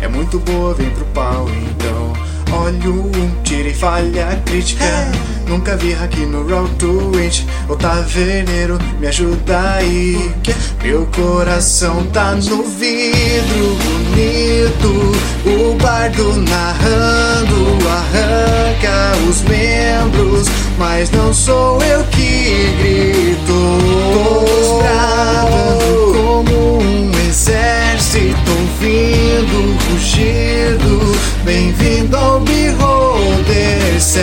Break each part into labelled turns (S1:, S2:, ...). S1: é muito boa, vem pro pau então. Olho um, tirei falha crítica. Nunca vi aqui no Road to It. Ô taverneiro, me ajuda aí. Meu coração tá no vidro bonito. O bardo narrando arranca os membros. Mas não sou eu que grito. Tô estrado como um exército ouvindo o rugido. Bem-vindo ao Beholder Cego.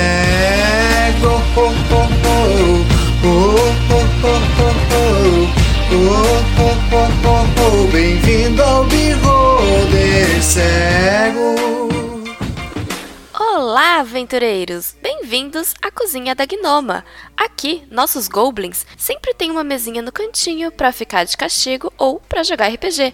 S1: Oh, oh, oh. Oh, oh, oh, oh, oh. Oh, oh, oh, oh, oh. Bem-vindo ao Beholder Cego.
S2: Olá, aventureiros! Bem-vindos à cozinha da Gnoma. Aqui, nossos goblins sempre tem uma mesinha no cantinho pra ficar de castigo ou pra jogar RPG.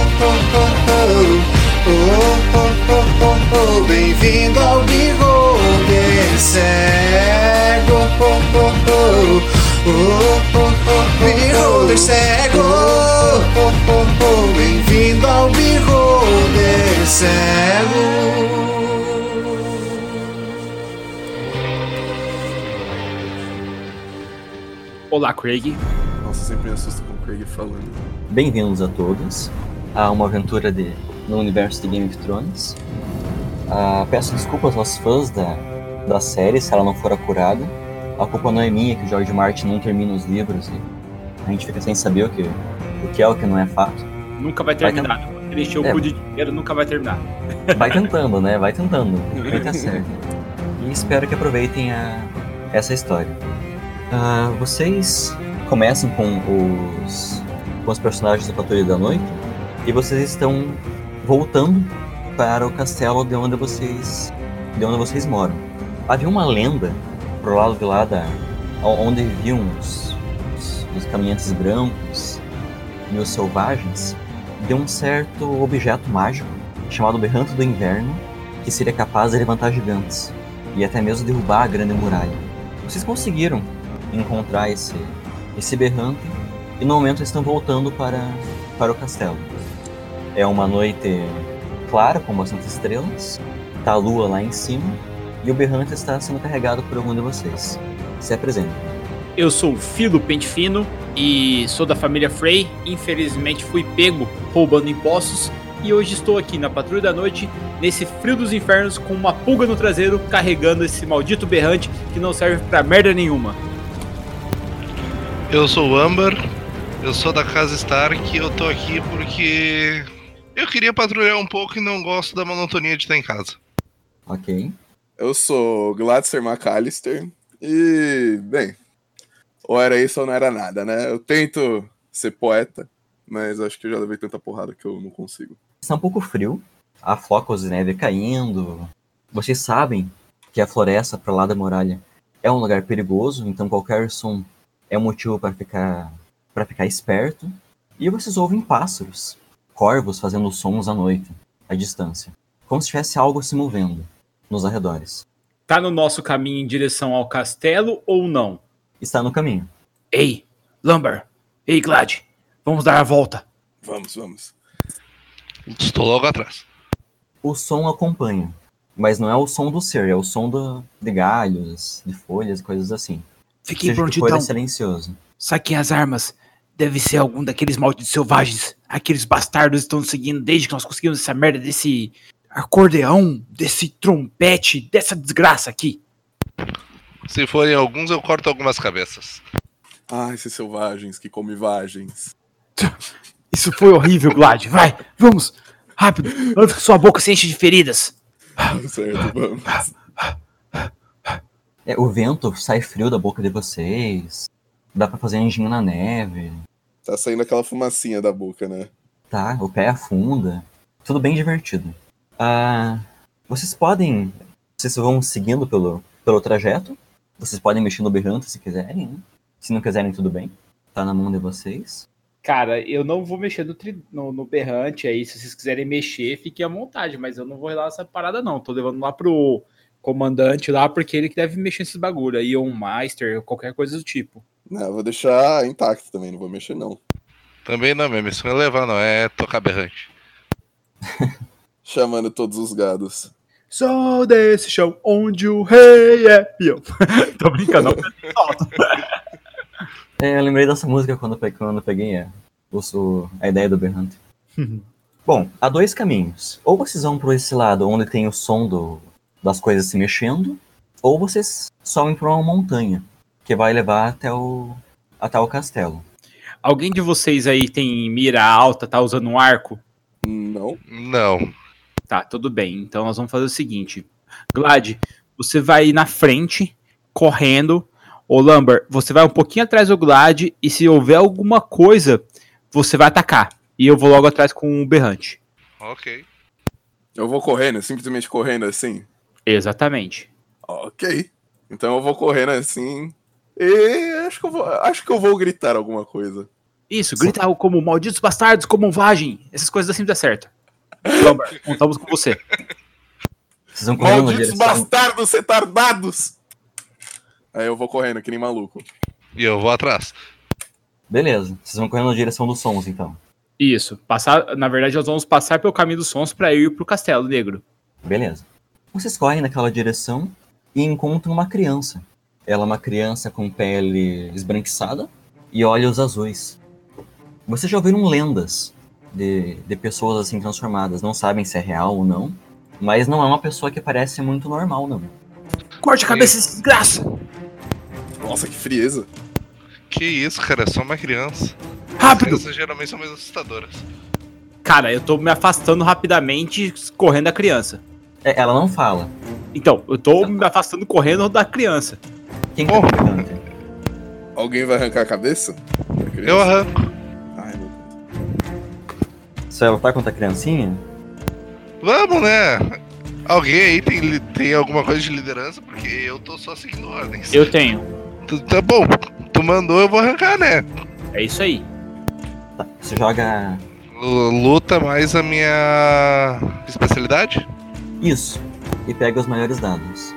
S1: oh, oh, oh. Oh, oh, oh, oh, oh. Bem-vindo ao Beholder Cego. Oh, oh, oh. Oh, oh, oh, Beholder Cego. Oh, oh, oh, oh. Bem-vindo ao é Beholder Cego.
S3: Olá, Craig.
S4: Nossa, sempre me assusta com o Craig falando.
S5: Bem-vindos a todos a uma aventura de, no universo de Game of Thrones. Ah, peço desculpas aos fãs da, da série se ela não for acurada. A culpa não é minha que o George Martin não termina os livros e a gente fica sem saber o que, o que é o que não é fato.
S3: Nunca vai
S5: Vai
S3: terminar. Ele encheu
S5: É.
S3: o cu de dinheiro, nunca vai terminar.
S5: Vai tentando, né? Vai tentando. Vai dar certo. E espero que aproveitem a- essa história. Ah, vocês começam com os, com os personagens da Patrulha da Noite e vocês estão voltando para o castelo de onde vocês, de onde vocês moram. Havia uma lenda pro lado de lá da, onde viviam os, os, os caminhantes brancos e os selvagens de um certo objeto mágico chamado Berranto do Inverno, que seria capaz de levantar gigantes e até mesmo derrubar a Grande Muralha. Vocês conseguiram encontrar esse, esse berrante e no momento estão voltando para, para o castelo. É uma noite clara, com bastante estrelas, tá a lua lá em cima e o berrante está sendo carregado por algum de vocês. Se apresentem.
S3: Eu sou o Filo Pente Fino e sou da família Frey. Infelizmente fui pego roubando impostos e hoje estou aqui na Patrulha da Noite, nesse frio dos infernos, com uma pulga no traseiro, carregando esse maldito berrante que não serve pra merda nenhuma.
S6: Eu sou o Amber, eu sou da Casa Stark e eu tô aqui porque eu queria patrulhar um pouco e não gosto da monotonia de estar em casa.
S5: Ok?
S4: Eu sou Gladster McAllister e, bem, ou era isso ou não era nada, né? Eu tento ser poeta, mas acho que eu já levei tanta porrada que eu não consigo.
S5: Está um pouco frio, há flocos de neve caindo. Vocês sabem que a floresta para lá da muralha é um lugar perigoso, então qualquer som é um motivo para ficar para ficar esperto. E vocês ouvem pássaros, corvos fazendo sons à noite, à distância, como se tivesse algo se movendo nos arredores.
S3: Tá no nosso caminho em direção ao castelo ou não?
S5: Está no caminho.
S3: Ei, Lumber! Ei, Glad! Vamos dar a volta!
S4: Vamos, vamos.
S6: Estou logo atrás.
S5: O som acompanha. Mas não é o som do ser, é o som do- de galhos, de folhas, coisas assim.
S7: Fiquei
S5: Seja
S7: por
S5: o
S7: onde tá um
S5: que
S7: estão.
S5: for, é silencioso.
S7: Saquem é as armas. Deve ser algum daqueles malditos selvagens. Aqueles bastardos estão seguindo desde que nós conseguimos essa merda desse acordeão, desse trompete, dessa desgraça aqui.
S6: Se forem alguns, eu corto algumas cabeças.
S4: Ah, esses selvagens que comem vagens.
S7: Isso foi horrível, Glad. Vai, vamos. Rápido. Antes que sua boca se enche de feridas.
S4: Tá certo, vamos.
S5: É, o vento sai frio da boca de vocês. Dá pra fazer anjinho na neve.
S4: Tá saindo aquela fumacinha da boca, né?
S5: Tá, o pé afunda. Tudo bem divertido. Ah, vocês podem. Vocês vão seguindo pelo, pelo trajeto. Vocês podem mexer no berranto se quiserem. né? Se não quiserem, tudo bem. Tá na mão de vocês.
S3: Cara, eu não vou mexer no, tri- no, no berrante aí. Se vocês quiserem mexer, fiquem à vontade, mas eu não vou relar essa parada, não. Tô levando lá pro comandante lá, porque ele que deve mexer nesses bagulho aí, ou um master, qualquer coisa do tipo.
S4: Não, eu vou deixar intacto também, não vou mexer, não.
S6: Também não, minha missão é levar, não é tocar berrante.
S4: Chamando todos os gados.
S3: Só desse chão onde o rei é peão. Tô brincando, não.
S5: É, eu lembrei dessa música quando, eu pe- quando eu peguei a, o su- a ideia do Berrante. Bom, há dois caminhos. Ou vocês vão por esse lado onde tem o som do- das coisas se mexendo, ou vocês sobem por uma montanha, que vai levar até o, até o castelo.
S3: Alguém de vocês aí tem mira alta, tá usando um arco?
S4: Não.
S6: Não.
S3: Tá, tudo bem. Então nós vamos fazer o seguinte. Glad, você vai na frente, correndo. Ô Lambert, você vai um pouquinho atrás do Glad e se houver alguma coisa, você vai atacar. E eu vou logo atrás com o berrante.
S6: Ok.
S4: Eu vou correndo, simplesmente correndo assim.
S3: Exatamente.
S4: Ok. Então eu vou correndo assim. E acho que eu vou, acho que eu vou gritar alguma coisa.
S3: Isso, grita algo como malditos bastardos, como um vagem. Essas coisas assim dá certo. Lambert, contamos com você.
S5: Vocês vão correndo na
S4: Malditos
S5: direção.
S4: bastardos retardados! Aí eu vou correndo, que nem maluco.
S6: E eu vou atrás.
S5: Beleza, vocês vão correndo na direção dos sons então.
S3: Isso. Passar, na verdade, nós vamos passar pelo caminho dos sons para ir pro Castelo Negro.
S5: Beleza. Vocês correm naquela direção e encontram uma criança. Ela é uma criança com pele esbranquiçada e olhos azuis. Vocês já ouviram lendas de, de pessoas assim transformadas. Não sabem se é real ou não, mas não é uma pessoa que parece muito normal, não.
S7: Corte a cabeça desse desgraça.
S4: Nossa, que frieza.
S6: Que isso, cara, é só uma criança.
S7: Rápido.
S6: Crianças geralmente são mais assustadoras.
S3: Cara, eu tô me afastando rapidamente, correndo da criança.
S5: É, ela não fala.
S3: Então, eu tô me afastando correndo da criança.
S5: Quem tá
S6: Oh.
S5: gritando?
S4: Alguém vai arrancar a cabeça?
S6: Eu arranco.
S4: Ai, meu Deus.
S5: Você vai lutar contra a tá criancinha?
S6: Vamos, né? Alguém aí tem, li- tem alguma coisa de liderança? Porque eu tô só seguindo ordens.
S3: Eu tenho.
S6: Tu- Tá bom, tu mandou, eu vou arrancar, né?
S3: É isso aí.
S5: Tá. Você joga.
S6: Lu- Luta mais a minha especialidade?
S5: Isso. E pega os maiores dados.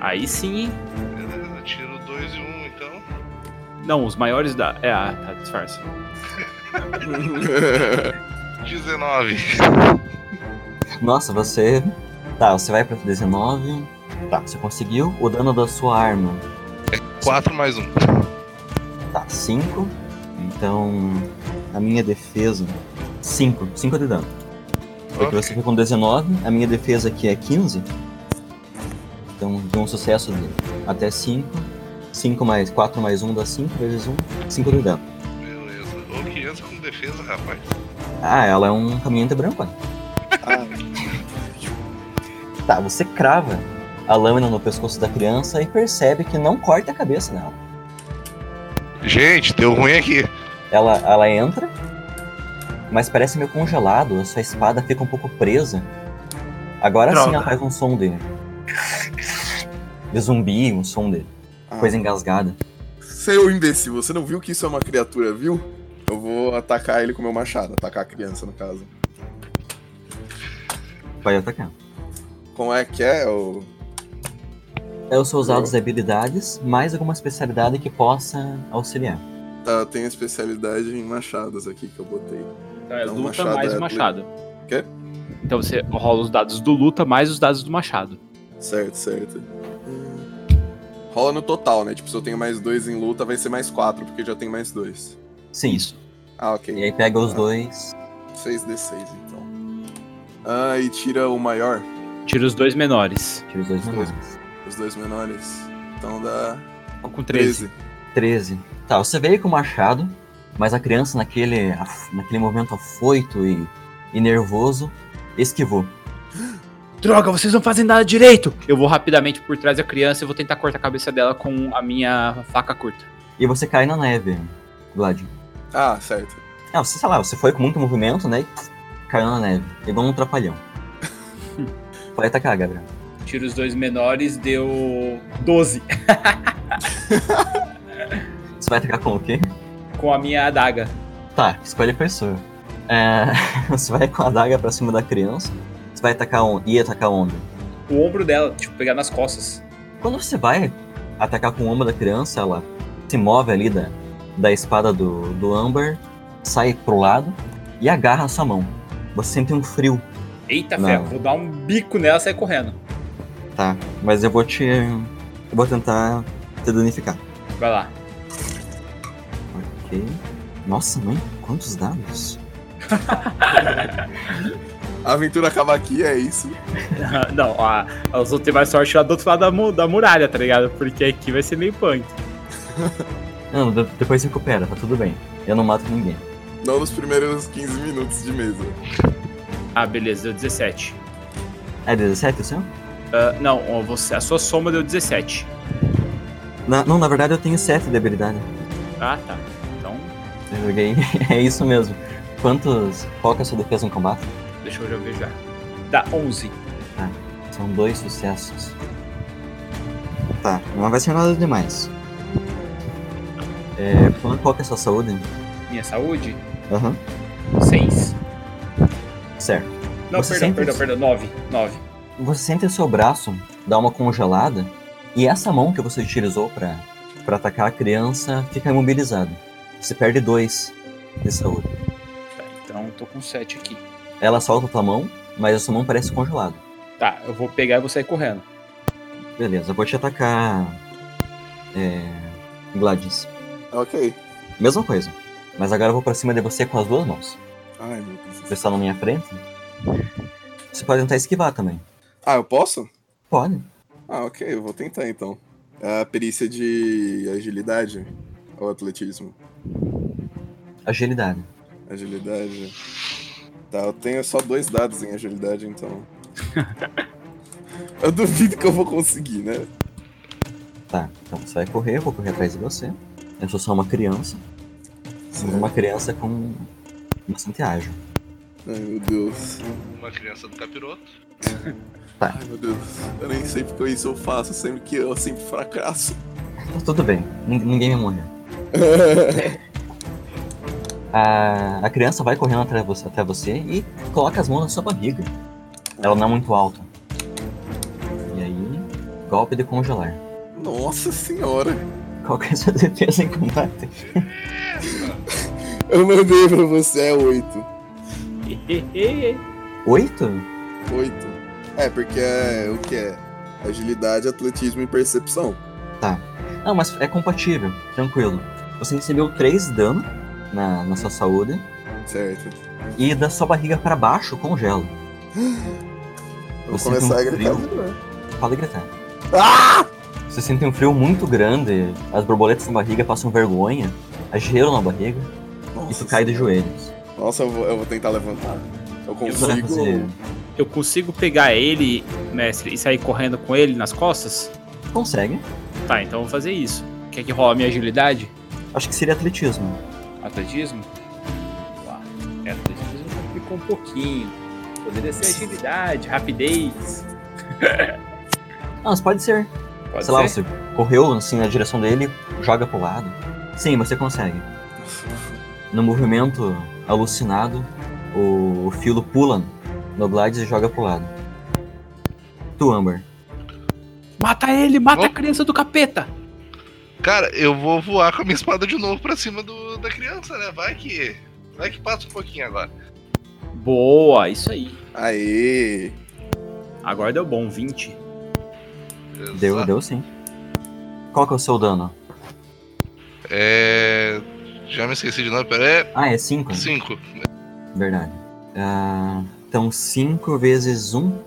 S3: Aí sim. hein?
S6: Beleza, tiro 2 e 1 um, então.
S3: Não, os maiores da. É, ah, tá, disfarce.
S6: 19.
S5: Nossa, você. Tá, você vai pra 19. Tá, você conseguiu. O dano da sua arma
S6: 4 mais 1. Um.
S5: Tá, 5. Então, a minha defesa. 5. 5 de dano. Porque você fica com 19, a minha defesa aqui é 15. Então, de um sucesso de até 5. 5 mais 4 mais 1 dá 5 vezes 1, 5 de dano.
S6: Beleza. Ô, criança com defesa, rapaz.
S5: Ah, ela é um caminhante branco. né?
S4: Ah,
S5: Tá, você crava a lâmina no pescoço da criança e percebe que não corta a cabeça dela.
S6: Gente, deu ruim aqui.
S5: Ela, ela entra, mas parece meio congelado, a sua espada fica um pouco presa. Agora sim
S7: Droga.
S5: ela faz um som de. de zumbi, um som de
S4: ah.
S5: coisa engasgada.
S4: Seu imbecil, você não viu que isso é uma criatura, viu? Eu vou atacar ele com meu machado, atacar a criança, no caso.
S5: Vai atacar.
S4: Como é que é? O...
S5: É os seus dados de habilidades, mais alguma especialidade que possa auxiliar.
S4: Tá, eu tenho especialidade em machados aqui que eu botei.
S3: Então é
S4: Então,
S3: luta
S4: machado
S3: mais
S4: é
S3: o machado.
S4: Quê?
S3: Então você rola os dados do luta mais os dados do machado.
S4: Certo, certo. Hum. Rola no total, né? Tipo, se eu tenho mais dois em luta, vai ser mais quatro, porque já tem mais dois.
S5: Sim, isso.
S4: Ah,
S5: E
S4: ok.
S5: aí pega os dois.
S4: 6d6, então. Ah, e tira o maior,
S3: Tira os dois menores.
S5: Tira os dois
S4: Dois.
S5: menores.
S4: os dois menores. Então dá
S3: Ficou com 13.
S4: 13.
S5: 13. Tá, você veio com o machado, mas a criança naquele, af- naquele momento afoito e, e nervoso esquivou.
S7: Droga, vocês não fazem nada direito!
S3: Eu vou rapidamente por trás da criança e vou tentar cortar a cabeça dela com a minha faca curta.
S5: E você cai na neve, Vlad.
S4: Ah, certo.
S5: Ah, você, sei lá, você foi com muito movimento, né? E caiu na neve. Igual um trapalhão. Pode atacar, Gabriel.
S3: Tira os dois menores, deu 12
S5: Você vai atacar com o quê?
S3: com a minha adaga.
S5: Tá, escolhe a pessoa. É, você vai com a adaga pra cima da criança. Você vai atacar on... e atacar um onda.
S3: O ombro dela, tipo, pegar nas costas.
S5: Quando você vai atacar com o ombro da criança, ela se move ali da, da espada do, do Amber, sai pro lado e agarra a sua mão. Você sente um frio,
S3: Eita
S5: Não.
S3: ferro, vou dar um bico nela e sair correndo.
S5: tá? Mas eu vou te. Eu vou tentar te danificar.
S3: Vai lá.
S5: Ok. Nossa, mãe, quantos dados?
S4: A aventura acaba aqui, é isso.
S3: Não, a, elas vão ter mais sorte lá do outro lado da, mu- da muralha, tá ligado? Porque aqui vai ser meio punk.
S5: Não, de- depois recupera, tá tudo bem. Eu não mato ninguém.
S4: Não nos primeiros 15 minutos de mesa.
S3: Ah, beleza, deu 17.
S5: É 17 o seu?
S3: Ah, não, você, a sua soma deu 17.
S5: Na- não, na verdade eu tenho 7 de habilidade.
S3: Ah, tá. Então,
S5: Eu joguei. é isso mesmo. Quantos. Qual que é a sua defesa em combate?
S3: deixa eu já ver já. Dá 11.
S5: São dois sucessos. Tá, não vai ser nada demais. É, qual- qual que é a sua saúde?
S3: Minha saúde?
S5: Aham.
S3: 6.
S5: Certo.
S3: Não,
S5: Você
S3: perdão,
S5: sempre-
S3: perdão, perdão. 9. 9.
S5: Você sente o seu braço dar uma congelada e essa mão que você utilizou pra pra atacar a criança fica imobilizada. Você perde dois de saúde.
S3: Tá, então tô com 7 aqui.
S5: Ela solta a tua mão, mas a sua mão parece congelada.
S3: Tá, eu vou pegar e vou sair correndo.
S5: Beleza, eu vou te atacar. É. Gladys.
S4: Ok.
S5: Mesma coisa. Mas agora eu vou pra cima de você com as duas mãos.
S4: Ai, meu Deus. do
S5: Você
S4: céu.
S5: está na minha frente? Você pode tentar esquivar também.
S4: Ah, eu posso?
S5: Pode.
S4: Ah, ok, eu vou tentar então. A perícia de agilidade ou atletismo?
S5: Agilidade.
S4: Agilidade. Tá, eu tenho só dois dados em agilidade, então. eu duvido que eu vou conseguir, né?
S5: Tá, então você vai correr, eu vou correr atrás de você. Eu sou só uma criança. Somos uma criança com bastante ágil.
S4: Ai, meu Deus.
S6: Uma criança do capiroto.
S4: Ai, meu Deus. Eu nem sei porque isso eu faço, sempre que eu sempre fracasso.
S5: Mas tudo bem, nin- ninguém me morreu. A, a criança vai correndo atrás de você, até você e coloca as mãos na sua barriga. Ela não é muito alta. E aí, golpe de congelar.
S4: Nossa senhora.
S5: Qual que é a sua defesa em combate?
S4: Eu mandei pra você, é oito.
S5: Oito?
S4: Oito. É, porque é o que é? Agilidade, atletismo e percepção.
S5: Não, mas é compatível, tranquilo. Você recebeu 3 de dano na, na sua saúde
S4: Certo.
S5: e da sua barriga pra baixo congela.
S4: Eu Vou
S5: Você
S4: começar a
S5: tem um
S4: gritar.
S5: Pode gritar. Você sente um frio muito grande, as borboletas na barriga passam vergonha, há gelo na barriga e tu cai de joelhos.
S4: Nossa, eu vou, eu vou tentar levantar. Eu
S5: Você vai
S4: consigo.
S5: fazer-
S3: Eu consigo pegar ele, mestre, e sair correndo com ele nas costas?
S5: Consegue.
S3: Tá, então eu vou fazer isso. Quer que rola a minha agilidade?
S5: Acho que seria atletismo.
S3: Atletismo? Vamos lá. É, atletismo complicou um pouquinho. Poderia ser agilidade, rapidez.
S5: Ah, mas pode ser.
S3: Pode
S5: Sei lá,
S3: ser?
S5: você correu assim na direção dele, joga pro lado. Sim, você consegue. No movimento alucinado, o filo pula no Gladys e joga pro lado. Tu, Amber.
S7: Mata ele, mata
S6: Oh.
S7: a criança do capeta!
S6: Cara, eu vou voar com a minha espada de novo pra cima do, da criança, né? Vai que. Vai que passa um pouquinho agora.
S3: Boa, isso aí.
S4: Aí.
S3: Agora deu bom, 20.
S5: Deu,
S6: Exato.
S5: deu sim. Qual que é o seu dano?
S6: É. Já me esqueci de nome, pera. É
S5: Ah, é 5?
S6: 5.
S5: Verdade. Ah, então 5 vezes 1. Um.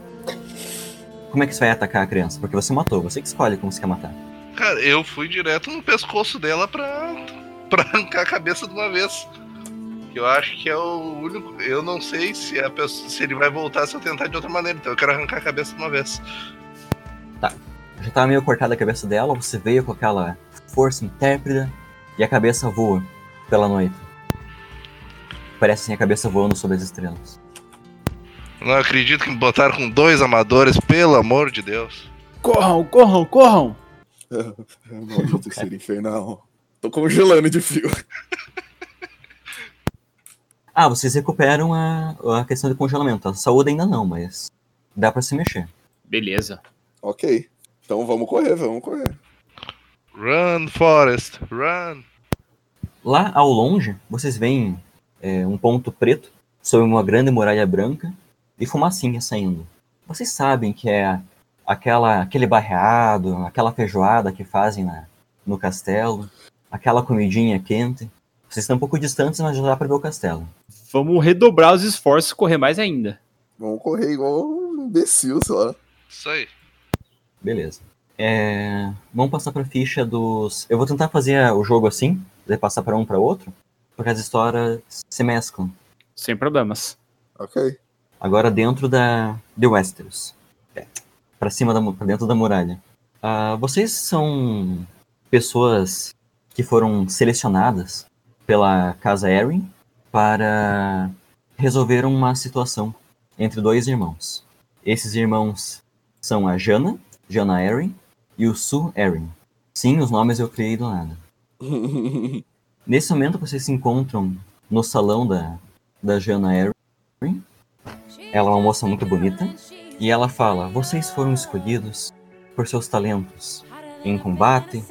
S5: Como é que você vai atacar a criança? Porque você matou, você que escolhe como você quer matar.
S6: Cara, eu fui direto no pescoço dela pra, pra arrancar a cabeça de uma vez. Que eu acho que é o único. Eu não sei se, a pessoa- se ele vai voltar se eu tentar de outra maneira, então eu quero arrancar a cabeça de uma vez.
S5: Já tava meio cortada a cabeça dela, você veio com aquela força intérprida e a cabeça voa pela noite. Parece assim a cabeça voando sobre as estrelas.
S6: Não acredito que me botaram com dois amadores, pelo amor de Deus.
S7: Corram, corram, corram!
S4: Maldito ser infernal. Tô congelando de fio.
S5: Ah, vocês recuperam a, a questão do congelamento. A saúde ainda não, mas dá pra se mexer.
S3: Beleza.
S4: Ok. Então vamos correr, vamos correr.
S6: Run, Forest, run.
S5: Lá ao longe, vocês veem é, um ponto preto sobre uma grande muralha branca e fumacinha saindo. Vocês sabem que é aquela, aquele barreado, aquela feijoada que fazem na, no castelo, aquela comidinha quente. Vocês estão um pouco distantes, mas já dá pra ver o castelo.
S3: Vamos redobrar os esforços e correr mais ainda.
S4: Vamos correr igual um imbecil, sei lá.
S6: Isso aí.
S5: Beleza. É, vamos passar pra ficha dos. Eu vou tentar fazer o jogo assim, daí passar pra um pra outro, porque as histórias se mesclam.
S3: Sem problemas.
S4: Ok.
S5: Agora dentro da de Westeros. É, Pra cima da mu- pra dentro da muralha. Ah, vocês são pessoas que foram selecionadas pela casa Erin para resolver uma situação entre dois irmãos. Esses irmãos são a Jana, Jana Erin e o Sue Erin. Sim, os nomes eu criei do nada. Nesse momento vocês se encontram no salão da da Jana Erin ela é uma moça muito bonita e ela fala: Vocês foram escolhidos por seus talentos em combate,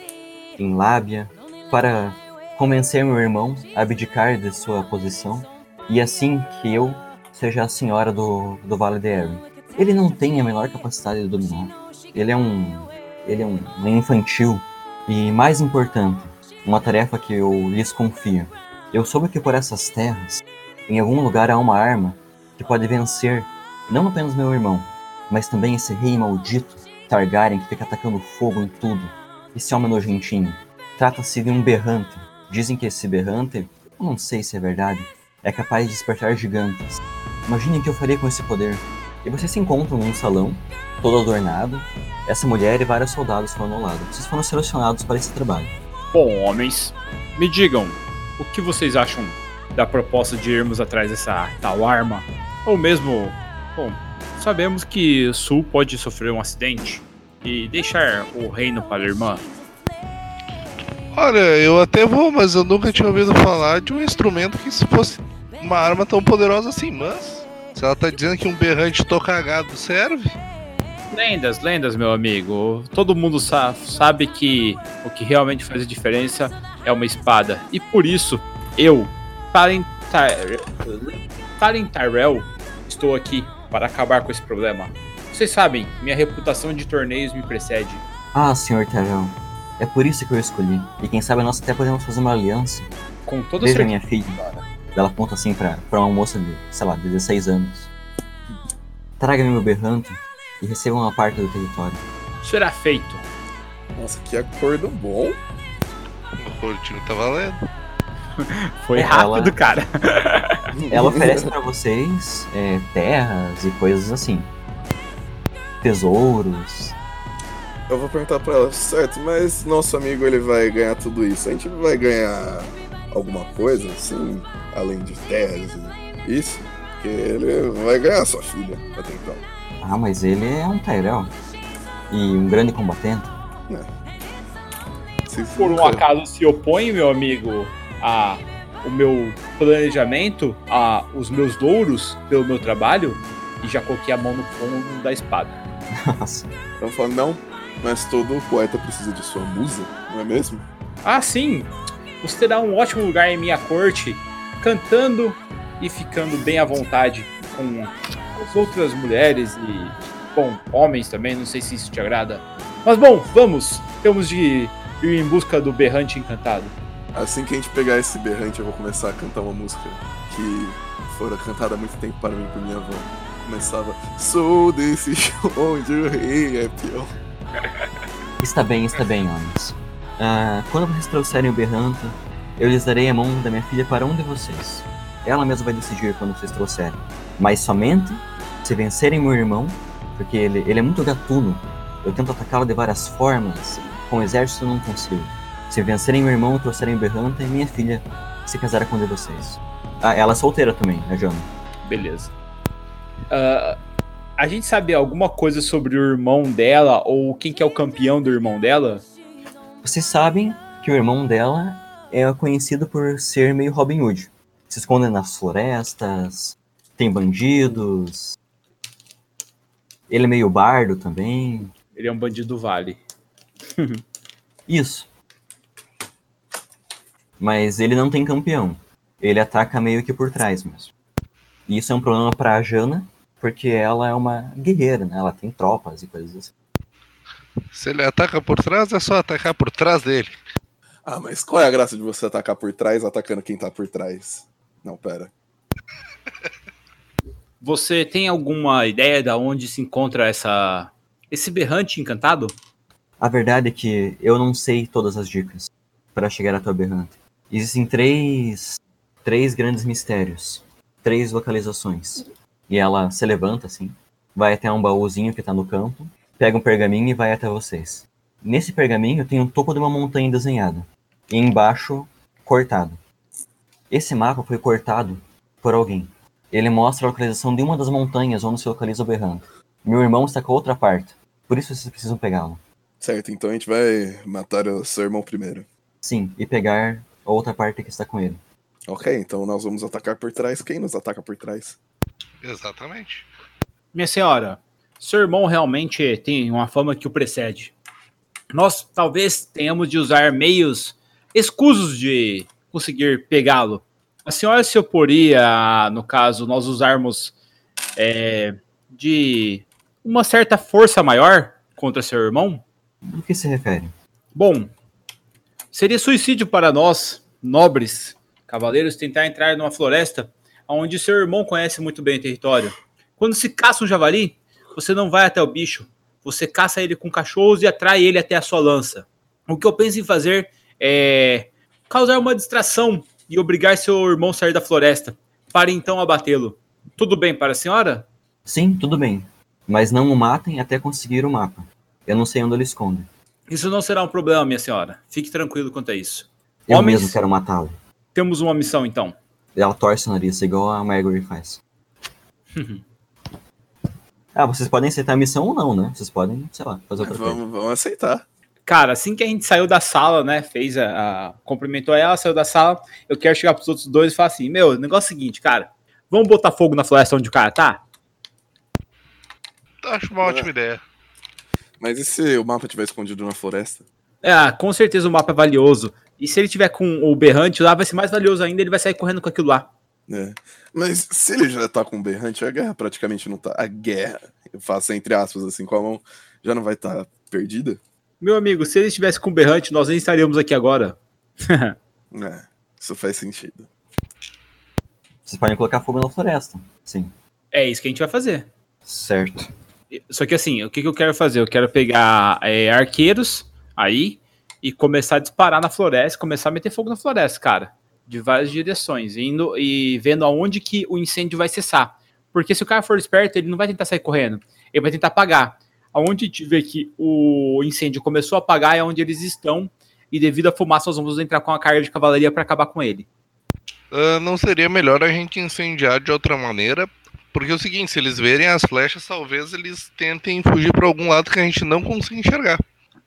S5: em lábia, para convencer meu irmão a abdicar de sua posição e assim que eu seja a senhora do, do Vale de Erin. Ele não tem a menor capacidade de dominar. Ele é um. Ele é um infantil. E mais importante, uma tarefa que eu lhes confio. Eu soube que por essas terras, em algum lugar há uma arma que pode vencer não apenas meu irmão, mas também esse rei maldito Targaryen que fica atacando fogo em tudo. Esse homem nojentinho. Trata-se de um berrante. Dizem que esse berrante, eu não sei se é verdade, é capaz de despertar gigantes. Imaginem o que eu faria com esse poder. E vocês se encontram num salão, todo adornado. Essa mulher e vários soldados foram ao lado. Vocês foram selecionados para esse trabalho.
S3: Bom, homens, me digam, o que vocês acham da proposta de irmos atrás dessa tal arma? Ou mesmo, bom, sabemos que Sul pode sofrer um acidente e deixar o reino para a irmã.
S6: Olha, eu até vou, mas eu nunca tinha ouvido falar de um instrumento que se fosse uma arma tão poderosa assim, mas. Se ela tá dizendo que um berrante tocagado serve,
S3: Lendas, lendas, meu amigo. Todo mundo sa- sabe que o que realmente faz a diferença é uma espada. E por isso, eu, Talentar... Talentarel, estou aqui para acabar com esse problema. Vocês sabem, minha reputação de torneios me precede.
S5: Ah, senhor Tarão, é por isso que eu escolhi. E quem sabe nós até podemos fazer uma aliança.
S3: Com toda
S5: Veja
S3: certeza.
S5: minha filha. Ela aponta assim pra, pra uma moça de, sei lá, 16 anos. Traga-me meu berrante e receba uma parte do território.
S3: Será feito.
S4: Nossa, que acordo bom.
S6: o cortinho tá valendo.
S3: Foi
S5: Ela-
S3: rápido, cara.
S5: Ela oferece pra vocês é, terras e coisas assim. Tesouros.
S4: Eu vou perguntar pra ela, certo, mas nosso amigo ele vai ganhar tudo isso. A gente vai ganhar alguma coisa, assim, além de terras e isso? Porque ele vai ganhar sua filha, até então.
S5: Ah, mas ele é um Tyrell. E um grande combatente.
S4: Se
S3: Por um
S4: nunca-
S3: acaso se opõe, meu amigo, a o meu planejamento, a os meus louros pelo meu trabalho e já coloquei a mão no fundo da espada.
S5: Nossa.
S4: Ela fala, não, mas todo poeta precisa de sua musa, não é mesmo?
S3: Ah, sim! Você terá um ótimo lugar em minha corte, cantando e ficando bem à vontade com as outras mulheres e, bom, homens também, não sei se isso te agrada. Mas bom, vamos! Temos de ir em busca do berrante encantado.
S4: Assim que a gente pegar esse berrante, eu vou começar a cantar uma música que fora cantada há muito tempo para mim por minha avó. Começava, sou desse chão onde o rei é peão.
S5: Está bem, está bem, homens. Ah, quando vocês trouxerem o berranto, eu lhes darei a mão da minha filha para um de vocês. Ela mesma vai decidir quando vocês trouxerem. Mas somente se vencerem meu irmão, porque ele, ele é muito gatuno. Eu tento atacá-lo de várias formas. Com o exército eu não consigo. Se vencerem meu irmão, trouxerem o berranto, e minha filha se casará com um de vocês. Ah, ela é solteira também, né, Jona?
S3: Beleza. Ah, a gente sabe alguma coisa sobre o irmão dela ou quem que é o campeão do irmão dela?
S5: Vocês sabem que o irmão dela é conhecido por ser meio Robin Hood. Se esconde nas florestas, tem bandidos. Ele é meio bardo também.
S3: Ele é um bandido do vale.
S5: Isso. Mas ele não tem campeão. Ele ataca meio que por trás mesmo. E isso é um problema pra Jana, porque ela é uma guerreira, né? Ela tem tropas e coisas assim.
S6: Se ele ataca por trás, é só atacar por trás dele.
S4: Ah, mas qual é a graça de você atacar por trás atacando quem tá por trás? Não, pera.
S3: Você tem alguma ideia da onde se encontra essa esse berrante encantado?
S5: A verdade é que eu não sei todas as dicas para chegar até o Berrante. Existem três, três grandes mistérios, três localizações. E ela se levanta assim, vai até um baúzinho que tá no campo, pega um pergaminho e vai até vocês. Nesse pergaminho tem o topo de uma montanha desenhada e embaixo cortado. Esse mapa foi cortado por alguém. Ele mostra a localização de uma das montanhas onde se localiza o Berrante. Meu irmão está com a outra parte, por isso vocês precisam pegá-lo.
S4: Certo, então a gente vai matar o seu irmão primeiro.
S5: Sim, e pegar a outra parte que está com ele.
S4: Ok, então nós vamos atacar por trás. Quem nos ataca por trás?
S6: Exatamente.
S3: Minha senhora, seu irmão realmente tem uma fama que o precede. Nós talvez tenhamos de usar meios escusos de conseguir pegá-lo. A senhora se oporia, no caso, nós usarmos é, de uma certa força maior contra seu irmão?
S5: Do que se refere?
S3: Bom, seria suicídio para nós, nobres cavaleiros, tentar entrar numa floresta onde seu irmão conhece muito bem o território. Quando se caça um javali, você não vai até o bicho, você caça ele com cachorros e atrai ele até a sua lança. O que eu penso em fazer é causar uma distração e obrigar seu irmão a sair da floresta, para então abatê-lo. Tudo bem para a senhora?
S5: Sim, tudo bem. Mas não o matem até conseguir o mapa. Eu não sei onde ele esconde.
S3: Isso não será um problema, minha senhora. Fique tranquilo quanto a isso.
S5: Eu
S3: Homens-
S5: mesmo quero matá-lo.
S3: Temos uma missão então.
S5: Ela torce o nariz, igual a Margaret faz. ah, vocês podem aceitar a missão ou não, né? Vocês podem, sei lá, fazer outra coisa.
S4: Vamos, vamos aceitar.
S3: Cara, assim que a gente saiu da sala, né? Fez a, a- cumprimentou ela, saiu da sala. Eu quero chegar pros outros dois e falar assim: Meu, o negócio é o seguinte, cara. Vamos botar fogo na floresta onde o cara tá?
S6: Então, Acho uma ótima ideia.
S4: Mas e se o mapa tiver escondido na floresta?
S3: Ah, com certeza o mapa é valioso. E se ele tiver com o berrante lá, vai ser mais valioso ainda. Ele vai sair correndo com aquilo lá.
S4: É. Mas se ele já tá com o berrante, a guerra praticamente não tá. A guerra, eu faço entre aspas assim com a mão, já não vai estar tá perdida?
S3: Meu amigo, se ele estivesse com o berrante, nós nem estaríamos aqui agora.
S4: É, isso faz sentido.
S5: Vocês podem colocar fogo na floresta. Sim,
S3: é isso que a gente vai fazer.
S5: certo.
S3: Só que assim, o que, que eu quero fazer? Eu quero pegar é, arqueiros aí e começar a disparar na floresta, começar a meter fogo na floresta, cara. De várias direções, indo e vendo aonde que o incêndio vai cessar. Porque se o cara for esperto, ele não vai tentar sair correndo, ele vai tentar apagar. Aonde tiver que o incêndio começou a apagar é onde eles estão, e devido à fumaça, nós vamos entrar com a carga de cavalaria para acabar com ele.
S6: Ah, não seria melhor a gente incendiar de outra maneira? Porque é o seguinte, se eles verem as flechas, talvez eles tentem fugir para algum lado que a gente não consiga enxergar.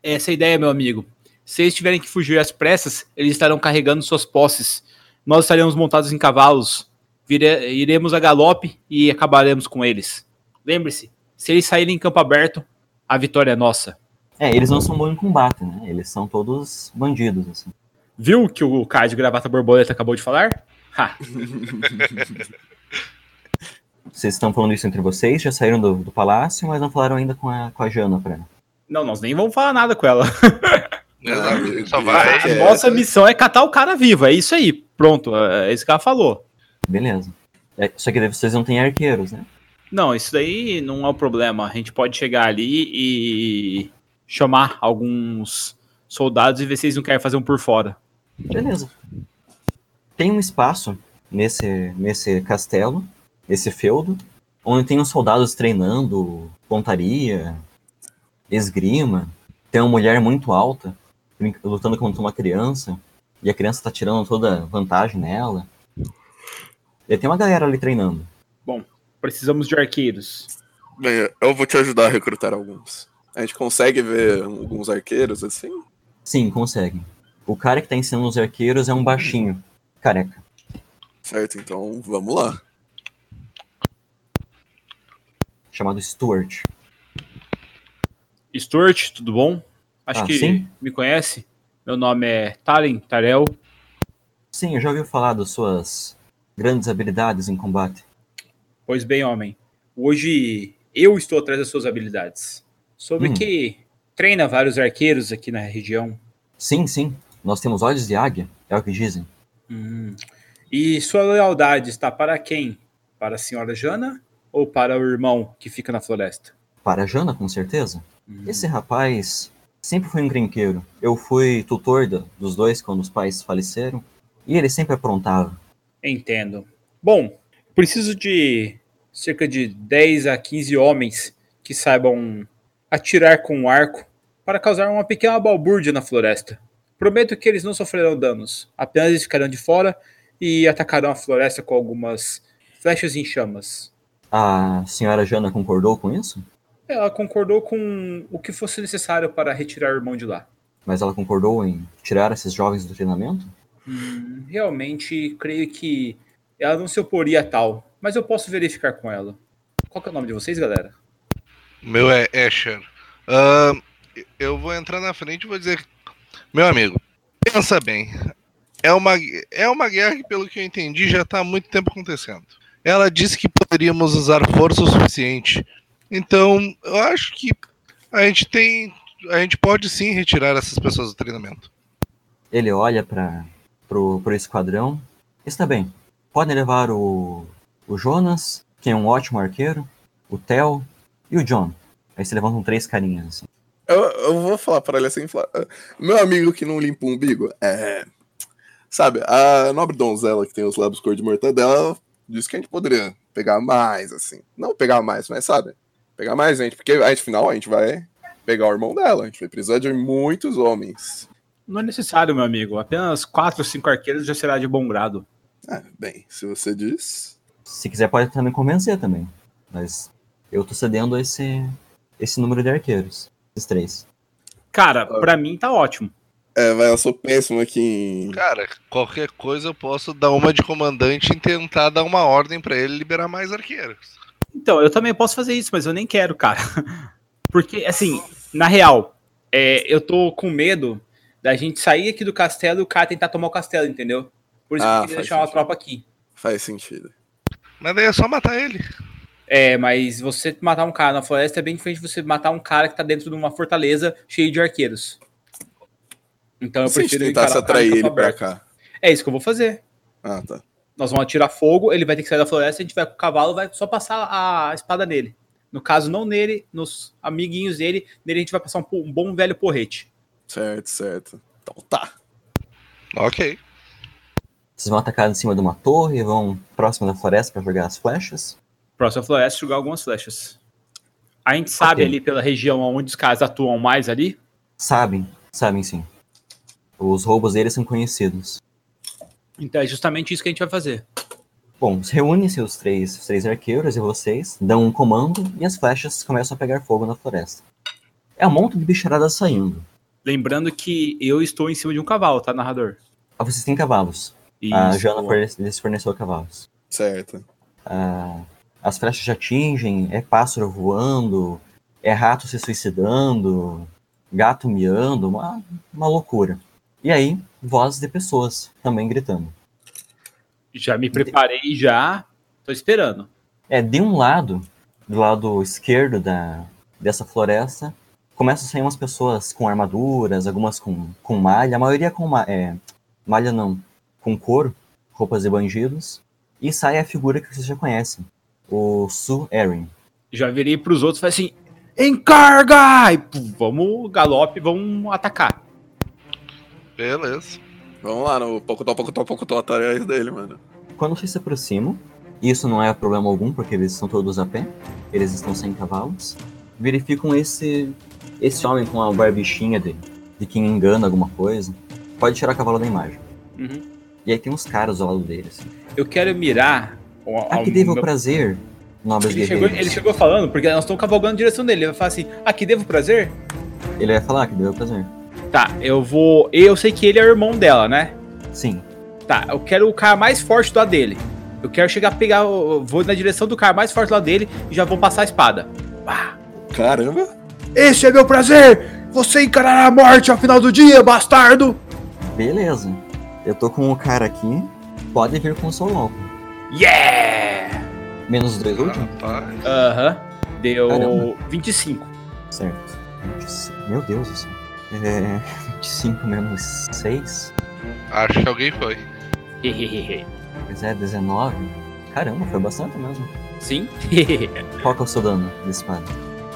S3: essa é a ideia, meu amigo. Se eles tiverem que fugir às pressas, eles estarão carregando suas posses. Nós estaremos montados em cavalos. Vire- iremos a galope e acabaremos com eles. Lembre-se, se eles saírem em campo aberto, a vitória é nossa.
S5: É, eles não são bons em combate, né? Eles são todos bandidos, assim.
S3: Viu o que o cara de gravata borboleta acabou de falar? Ha,
S5: Vocês estão falando isso entre vocês, já saíram do, do palácio, mas não falaram ainda com a, com a Jana pra
S3: não, nós nem vamos falar nada com ela.
S6: Exato. Só
S4: Ah,
S3: A
S6: vai.
S4: é.
S3: nossa missão é catar o cara vivo, é isso aí. Pronto, é isso que ela falou.
S5: Beleza. É, só que daí vocês não têm arqueiros, né?
S3: Não, isso daí não é o problema. A gente pode chegar ali e chamar alguns soldados e ver se eles não querem fazer um por fora.
S5: Beleza. Tem um espaço nesse, nesse castelo, nesse feudo, onde tem os soldados treinando pontaria, esgrima. Tem uma mulher muito alta brin- lutando contra uma criança, e a criança tá tirando toda vantagem nela. E tem uma galera ali treinando.
S3: Precisamos de arqueiros.
S4: Bem, eu vou te ajudar a recrutar alguns. A gente consegue ver alguns arqueiros assim?
S5: Sim, conseguem. O cara que tá ensinando os arqueiros é um baixinho, careca.
S4: Certo, então vamos lá.
S5: chamado Stuart.
S3: Stuart, tudo bom? Acho
S5: Ah,
S3: que
S5: sim.
S3: me conhece. Meu nome é Talen Tarel.
S5: Sim, eu já ouvi falar das suas grandes habilidades em combate.
S3: Pois bem, homem. Hoje eu estou atrás das suas habilidades. Soube
S5: Hum.
S3: que treina vários arqueiros aqui na região.
S5: Sim, sim, nós temos olhos de águia, é o que dizem.
S3: Hum. E sua lealdade está para quem? Para a senhora Jana ou para o irmão que fica na floresta?
S5: Para a Jana, com certeza.
S3: Hum.
S5: Esse rapaz sempre foi um grinqueiro. Eu fui tutor da- dos dois quando os pais faleceram. E ele sempre aprontava.
S3: Entendo. Bom, preciso de cerca de 10 a 15 homens que saibam atirar com um arco para causar uma pequena balbúrdia na floresta. Prometo que eles não sofrerão danos, apenas eles ficarão de fora e atacarão a floresta com algumas flechas em chamas.
S5: A senhora Jana concordou com isso?
S3: Ela concordou com o que fosse necessário para retirar o irmão de lá.
S5: Mas ela concordou em tirar esses jovens do treinamento?
S3: Hum, realmente, creio que ela não se oporia a tal, mas eu posso verificar com ela. Qual que é o nome de vocês, galera?
S6: O meu é Asher. Ahn, eu vou entrar na frente e vou dizer. Meu amigo, pensa bem. É uma, é uma guerra que, pelo que eu entendi, já está há muito tempo acontecendo. Ela disse que poderíamos usar força o suficiente. Então, eu acho que a gente tem. A gente pode sim retirar essas pessoas do treinamento.
S5: Ele olha para pro, pro esquadrão. Está bem. Podem levar o, o Jonas, que é um ótimo arqueiro, o Theo e o John. Aí se levantam três carinhas. Assim.
S4: Eu, eu vou falar pra ele assim: falar, "Ah, meu amigo que não limpa o umbigo, é. Sabe, a nobre donzela que tem os lábios cor de mortadela disse que a gente poderia pegar mais, assim. Não pegar mais, mas sabe? Pegar mais gente, porque aí, afinal a gente vai pegar o irmão dela, a gente vai precisar de muitos homens.
S3: Não é necessário, meu amigo. Apenas quatro ou cinco arqueiros já será de bom grado.
S4: Ah, bem, se você diz.
S5: Se quiser, pode tentar me convencer também. Mas eu tô cedendo esse, esse número de arqueiros. Esses três.
S3: Cara,
S4: Ah.
S3: pra mim tá ótimo.
S4: É, vai, eu sou péssimo aqui em.
S6: Cara, qualquer coisa eu posso dar uma de comandante e tentar dar uma ordem para ele liberar mais arqueiros.
S3: Então, eu também posso fazer isso, mas eu nem quero, cara. Porque, assim, na real, é, eu tô com medo da gente sair aqui do castelo e o cara tentar tomar o castelo, entendeu? Por isso que
S4: Ah,
S3: eu queria
S4: faz
S3: deixar uma
S4: sentido.
S3: tropa aqui.
S4: Faz sentido.
S6: Mas daí é só matar ele.
S3: É, mas você matar um cara na floresta é bem diferente de você matar um cara que tá dentro de uma fortaleza cheia de arqueiros. Então eu
S4: se a gente
S3: prefiro
S4: tentasse
S3: encarar o cara
S4: atrair
S3: de
S4: ele
S3: campo
S4: pra
S3: aberto.
S4: cá.
S3: É isso que eu vou fazer.
S4: Ah, tá.
S3: Nós vamos atirar fogo, ele vai ter que sair da floresta, a gente vai com o cavalo, vai só passar a espada nele. No caso, não nele, nos amiguinhos dele, nele a gente vai passar um, po- um bom velho porrete.
S4: Certo, certo. Então tá.
S6: Ok.
S5: Vocês vão atacar em cima de uma torre, vão próximo da floresta para jogar as flechas.
S3: Próxima floresta, jogar algumas flechas. A gente sabe
S5: Ok.
S3: ali pela região onde os caras atuam mais ali.
S5: Sabem, sabem sim. Os roubos deles são conhecidos.
S3: Então é justamente isso que a gente vai fazer.
S5: Bom, reúnem-se os três, os três arqueiros e vocês, dão um comando e as flechas começam a pegar fogo na floresta. É um monte de bicharada saindo.
S3: Lembrando que eu estou em cima de um cavalo, tá, narrador?
S5: Ah, vocês têm cavalos.
S3: E
S5: A Jana forne- lhes forneceu cavalos.
S4: Certo.
S5: Ah, as flechas já atingem, é pássaro voando, é rato se suicidando, gato miando, uma, uma loucura. E aí, vozes de pessoas também gritando.
S3: Já me preparei, já. Tô esperando.
S5: É, de um lado, do lado esquerdo da, dessa floresta, começam a sair umas pessoas com armaduras, algumas com, com malha, a maioria com ma é, malha não, com couro, roupas de bandidos, e sai a figura que vocês já conhecem, o Su Erin.
S3: Já virei pros outros e falei assim: encarga! E, pum, vamos, galope, vamos atacar.
S6: Beleza.
S4: Vamos lá, no Pocotó, Pocotó, Pocotó, atrás dele, mano.
S5: Quando vocês se aproximam, isso não é problema algum, porque eles estão todos a pé, eles estão sem cavalos, verificam esse esse homem com a barbichinha de, de quem engana alguma coisa. Pode tirar o cavalo da imagem.
S3: Uhum.
S5: E aí tem uns caras ao lado deles.
S3: Eu quero mirar. ao- ao
S5: Ah, que devo
S3: meu-
S5: prazer, nobres
S3: ele, chegou,
S5: guerreiros.
S3: ele chegou falando, porque nós estamos cavalgando na direção dele. Ele vai falar assim: aqui devo prazer?
S5: Ele vai falar que devo prazer.
S3: Tá, eu vou. Eu sei que ele é o irmão dela, né?
S5: Sim.
S3: Tá, eu quero o cara mais forte do lado dele. Eu quero chegar a pegar. o- Vou na direção do cara mais forte do lado dele e já vou passar a espada. Pá.
S4: Caramba!
S7: Esse é meu prazer! Você encarará a morte ao final do dia, bastardo!
S5: Beleza. Eu tô com o cara aqui. Pode vir com o seu logo.
S3: Yeah!
S5: Menos dois
S3: Ah.
S5: últimos?
S6: Rapaz.
S3: Aham. Deu
S5: Caramba.
S3: 25.
S5: Certo. 25. Meu Deus do céu. É, 25 menos 6.
S6: Acho que alguém foi.
S5: Pois é, 19. Caramba, foi bastante mesmo.
S3: Sim?
S5: Qual que é o seu dano de espada?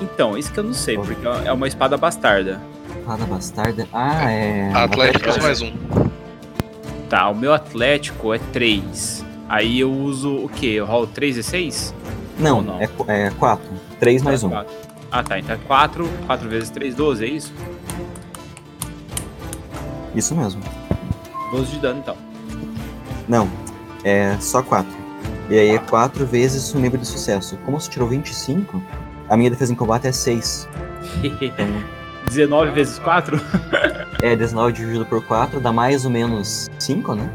S3: então, isso que eu não sei, porque é uma espada bastarda.
S5: Espada bastarda. Ah, é.
S6: Atléticos
S5: Atlético.
S6: mais um.
S3: Tá, o meu Atlético é 3. Aí eu uso o quê? Eu rolo 3 e 6?
S5: Não,
S3: Não.
S5: é 4. 3 mais 1. Um.
S3: Ah, tá. Então é 4. 4 vezes 3, 12, é isso?
S5: Isso mesmo.
S3: 12 de dano, então.
S5: Não, é só 4. E aí é 4 vezes o nível de sucesso. Como você tirou 25, a minha defesa em combate é 6.
S3: 19 vezes 4?
S5: É 19 dividido por 4 dá mais ou menos 5, né?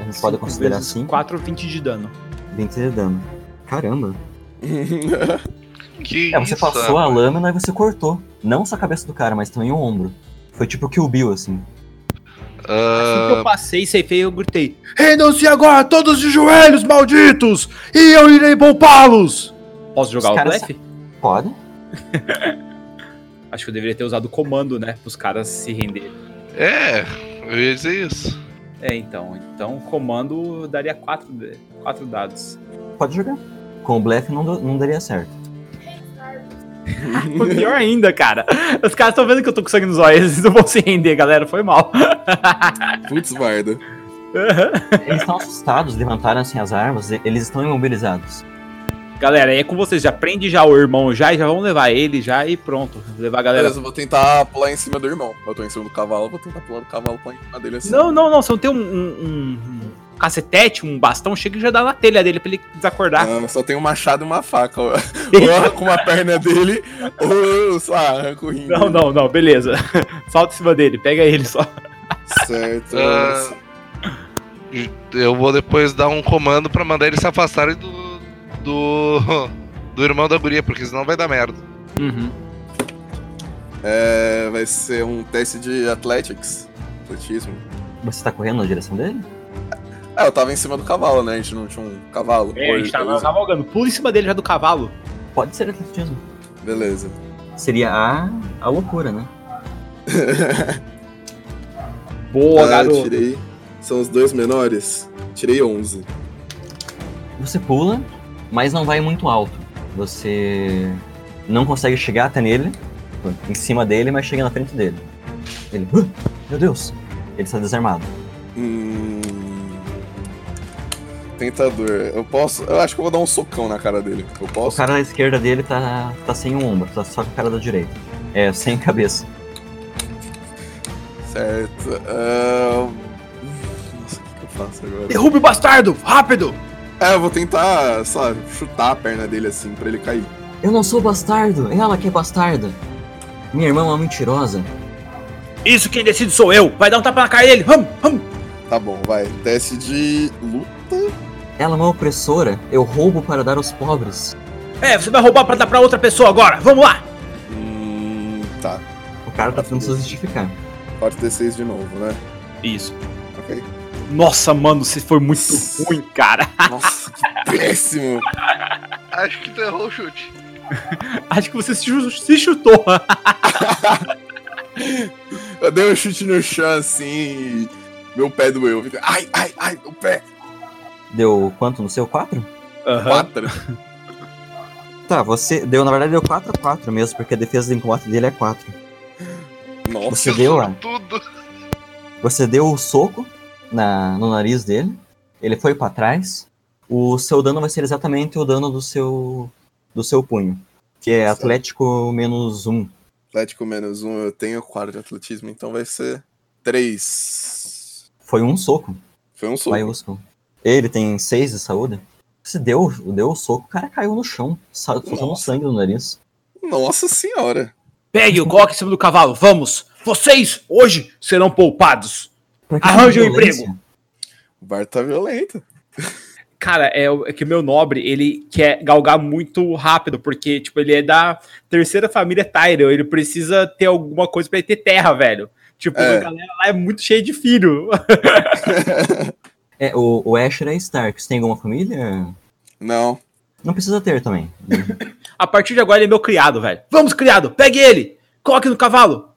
S5: A gente pode considerar 5.
S3: 4, 20 de dano.
S5: 20 de dano. Caramba.
S6: Que
S5: É, você
S6: isso,
S5: passou a
S6: rapaz.
S5: lâmina e você cortou. Não só a cabeça do cara, mas também o ombro. Foi tipo o Kill Bill, assim.
S3: Assim
S6: Ah,
S3: que eu passei, ceifei, eu gritei.
S7: Rendam-se agora todos de joelhos, malditos! E eu irei poupá-los!
S3: Posso jogar
S5: Os
S3: o
S5: caras
S3: blefe?
S5: Pode?
S3: Acho que eu deveria ter usado o comando, né? Pros caras se renderem.
S6: é, eu ia dizer isso.
S3: É, então. Então, comando eu daria 4 quatro dados.
S5: Pode jogar. Com o blefe não, do- não daria certo.
S3: Foi pior ainda, cara. Os caras estão vendo que eu tô com sangue nos olhos. Eles não vão se render, galera. Foi mal.
S4: Putz, guarda.
S5: Eles estão assustados, levantaram assim as armas, e- eles estão imobilizados.
S3: Galera, aí é com vocês. Já prende já o irmão já e já vamos levar ele já e pronto. Levar a galera.
S4: Beleza, eu vou tentar pular em cima do irmão. Eu tô em cima do cavalo, vou tentar pular do cavalo, pular em cima dele assim.
S3: Não, não, não. Se não tem um, um, um- um cacetete, um bastão, chega e já dá na telha dele pra ele desacordar.
S4: Ah, só tem um machado e uma faca. Ou eu arranco uma perna dele, ou eu só arranco o rim.
S3: Não, não, não. Beleza. Salta em cima dele. Pega ele só.
S4: Certo.
S6: Ah. Eu vou depois dar um comando pra mandar eles se afastarem do. do. do irmão da guria, porque senão vai dar merda.
S4: É, vai ser um teste de Athletics. Atletismo.
S5: Você tá correndo na direção dele?
S4: Ah, eu tava em cima do cavalo, né? A gente não tinha um cavalo.
S3: É, a gente tá
S4: Ou- ou-
S3: cavalgando. Pula em cima dele já do cavalo.
S5: Pode ser atletismo.
S4: Beleza.
S5: Seria a, a loucura, né?
S3: Boa,
S4: Ah, eu
S3: garoto.
S4: tirei. São os dois menores. Tirei 11.
S5: Você pula, mas não vai muito alto. Você não consegue chegar até nele, em cima dele, mas chega na frente dele. Ele, "Ah, meu Deus! Ele está desarmado.
S4: Hum. Tentador. Eu posso. Eu acho que eu vou dar um socão na cara dele. Eu
S5: O
S4: posso?
S5: cara da esquerda dele tá, tá sem o ombro, tá só com a cara da direita. É, sem cabeça.
S4: Certo. Ah, Nossa, o que que eu faço agora?
S7: Derrube o bastardo, rápido!
S4: É, eu vou tentar, sabe, chutar a perna dele assim pra ele cair.
S5: Eu não sou bastardo, ela que é bastarda. Minha irmã é uma mentirosa.
S3: Isso quem decide sou eu. Vai dar um tapa na cara dele. Vamos, vamos.
S4: Tá bom, vai. Teste de luta.
S5: Ela é uma opressora, eu roubo para dar aos pobres.
S3: É, você vai roubar pra dar pra outra pessoa agora. Vamos lá.
S4: Hum, tá.
S5: O cara tá tentando se justificar.
S4: 4 D6 de novo, né?
S7: Isso.
S4: Ok.
S7: Nossa, mano, você foi muito ruim, cara.
S4: Nossa, que péssimo.
S6: Acho que tu errou o chute.
S7: Acho que você se, chu- se chutou.
S4: Eu dei um chute no chão assim e meu pé doeu. Fica, Ai, ai, ai, meu pé.
S5: Deu quanto no seu? 4?
S7: Aham.
S4: Quatro.
S5: Tá, você. Deu, na verdade, deu 4 a 4 mesmo, porque a defesa de combate dele é 4.
S4: Nossa.
S5: Você deu lá.
S6: Tudo.
S5: Você deu o soco na, no nariz dele. Ele foi pra trás. O seu dano vai ser exatamente o dano do seu do seu punho, que é
S4: Certo.
S5: Atlético menos um.
S4: Atlético menos um, eu tenho 4 de atletismo, então vai ser 3.
S5: Foi um soco,
S4: Foi um soco.
S5: maiúsculo. Ele tem seis de saúde. Você deu, deu o soco, o cara caiu no chão, sa- soltando
S4: Nossa.
S5: sangue no nariz.
S4: Nossa senhora.
S7: Pegue o coque em cima do cavalo, vamos! Vocês, hoje, serão poupados.
S5: Pra que
S7: Arranje um
S5: violência?
S4: O bar tá violento.
S3: Cara, é, o- é que meu nobre, ele quer galgar muito rápido, porque, tipo, ele é da terceira família Tyrell, ele precisa ter alguma coisa pra ele ter terra, velho. Tipo,
S4: É.
S3: a galera lá é muito cheia de filho.
S5: É, o, o Asher é Stark. Você tem alguma família?
S4: Não.
S5: Não precisa ter também.
S3: A partir de agora ele é meu criado, velho. Vamos, criado, pegue ele! Coloque no cavalo!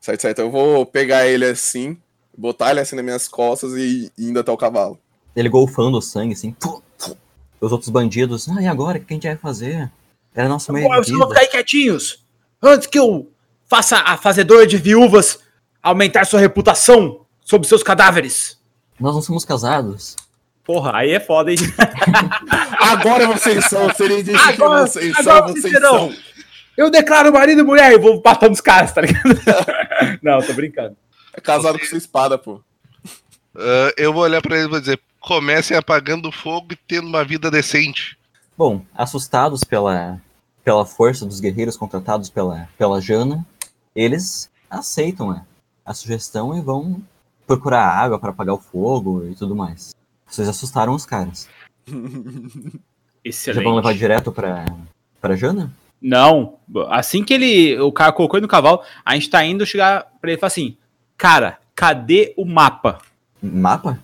S4: Certo, certo. Eu vou pegar ele assim, botar ele assim nas minhas costas e ir indo até o cavalo.
S5: Ele golfando o sangue, assim. fu, fu. Os outros bandidos, ah, e agora? O que a gente vai fazer? Era nosso meio
S7: Agora
S5: de
S7: Tá vocês vão
S5: vida.
S7: ficar aí quietinhos. Antes que eu faça a fazedora de viúvas aumentar sua reputação sobre seus cadáveres.
S5: Nós não somos casados.
S3: Porra, aí é foda, hein?
S4: Agora vocês são, serem de que
S7: Agora-
S4: vocês
S7: agora
S4: são, vocês
S7: serão.
S4: são.
S3: Eu declaro marido e mulher e vou matando os caras, tá ligado? Não, tô brincando.
S4: É casado com sua espada, pô.
S6: Ah, eu vou olhar pra ele e vou dizer: comecem apagando o fogo e tendo uma vida decente.
S5: Bom, assustados pela, pela força dos guerreiros contratados pela, pela Jana, eles aceitam a, a sugestão e vão procurar água para apagar o fogo e tudo mais. Vocês assustaram os caras. Já vão levar
S3: Excelente.
S5: direto pra, pra Jana?
S3: Não, assim que ele, o cara colocou ele no cavalo, a gente tá indo chegar pra ele e falar assim, cara, cadê o mapa?
S5: Mapa?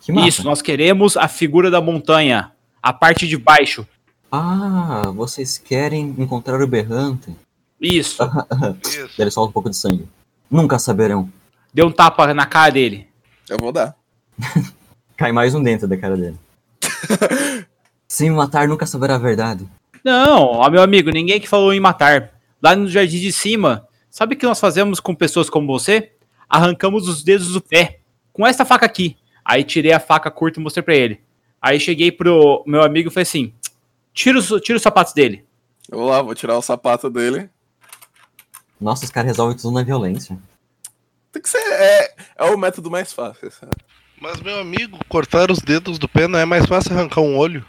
S5: Que mapa?
S3: Isso, nós queremos a figura da montanha, a parte de baixo.
S5: Ah, vocês querem encontrar o berrante?
S3: Isso,
S6: Isso.
S5: Ele solta um pouco de sangue. Nunca saberão.
S3: deu um tapa na cara dele.
S4: Eu vou dar.
S5: Cai mais um dentro da cara dele. Sem me matar, nunca saberá a verdade.
S3: Não, ó, meu amigo, ninguém que falou em matar. Lá no jardim de cima, sabe o que nós fazemos com pessoas como você? Arrancamos os dedos do pé, com essa faca aqui. Aí tirei a faca curta e mostrei pra ele. Aí cheguei pro meu amigo e falei assim, tira os, tira os sapatos dele.
S4: Eu vou lá, vou tirar o sapato dele.
S5: Nossa, os caras resolvem tudo na violência.
S4: Tem que ser. É, é o método mais fácil. sabe?
S6: Mas, meu amigo, cortar os dedos do pé não é mais fácil arrancar um olho?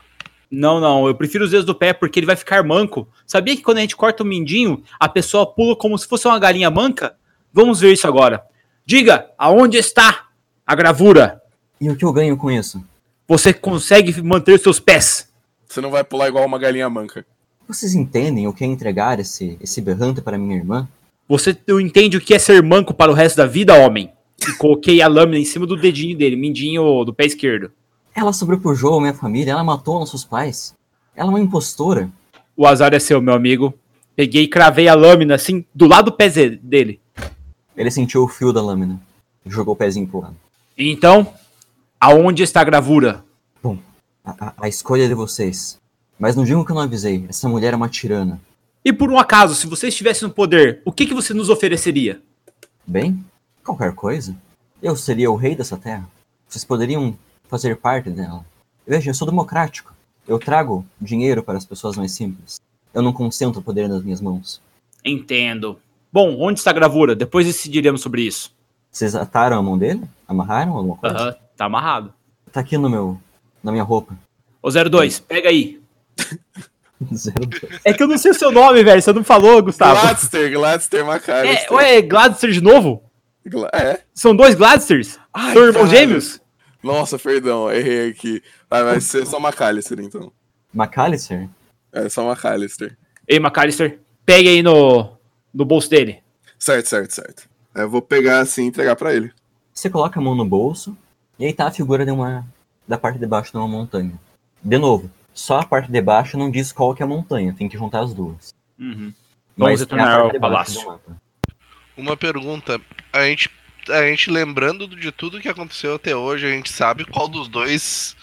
S3: Não, não, eu prefiro os dedos do pé porque ele vai ficar manco. Sabia que quando a gente corta o mindinho, a pessoa pula como se fosse uma galinha manca? Vamos ver isso agora. Diga, aonde está a gravura?
S5: E o que eu ganho com isso?
S3: Você consegue manter os seus pés?
S4: Você não vai pular igual uma galinha manca.
S5: Vocês entendem o que é entregar esse, esse berrante para minha irmã?
S3: Você não entende o que é ser manco para o resto da vida, homem? E coloquei a lâmina em cima do dedinho dele, mindinho do pé esquerdo.
S5: Ela sobrepujou a minha família, ela matou nossos pais. Ela é uma impostora.
S3: O azar é seu, meu amigo. Peguei e cravei a lâmina assim do lado do pé ze- dele.
S5: Ele sentiu o fio da lâmina. Jogou o pezinho pro lado.
S3: Então, aonde está a gravura?
S5: A, a- a escolha é de vocês. Mas não digam que eu não avisei. Essa mulher é uma tirana.
S3: E por um acaso, se você estivesse no poder, o que, que você nos ofereceria?
S5: Bem, qualquer coisa. Eu seria o rei dessa terra. Vocês poderiam fazer parte dela. Veja, eu sou democrático. Eu trago dinheiro para as pessoas mais simples. Eu não concentro o poder nas minhas mãos.
S3: Entendo. Bom, onde está a gravura? Depois decidiremos sobre isso.
S5: Vocês ataram a mão dele? Amarraram alguma coisa?
S3: Aham, tá amarrado.
S5: Tá aqui no meu. na minha roupa.
S3: Ô 02, pega aí.
S5: Zero dois.
S3: É que eu não sei o seu nome, velho. Você não falou, Gustavo.
S4: Gladster, Gladster
S3: Tá, É,
S4: McAllister.
S3: ué, Gladster de novo?
S4: Gla- é.
S3: São dois Gladsters?
S4: Ai,
S3: São irmãos
S4: cara.
S3: gêmeos?
S4: Nossa, perdão, errei aqui. Vai, vai ser só McAllister, então.
S5: McAllister?
S4: É só McAllister.
S3: Ei, McAllister, pegue aí no, no bolso dele.
S4: Certo, certo, certo. Eu vou pegar assim e entregar pra ele.
S5: Você coloca a mão no bolso e aí tá a figura de uma da parte de baixo de uma montanha. De novo, só a parte de baixo não diz qual que é a montanha, tem que juntar as duas.
S3: Uhum. Vamos
S5: Mas é a
S3: retornar
S5: parte
S3: ao
S5: de baixo
S3: palácio.
S5: do mapa.
S6: Uma pergunta. A gente, a gente lembrando de tudo que aconteceu até hoje, a gente sabe qual dos dois.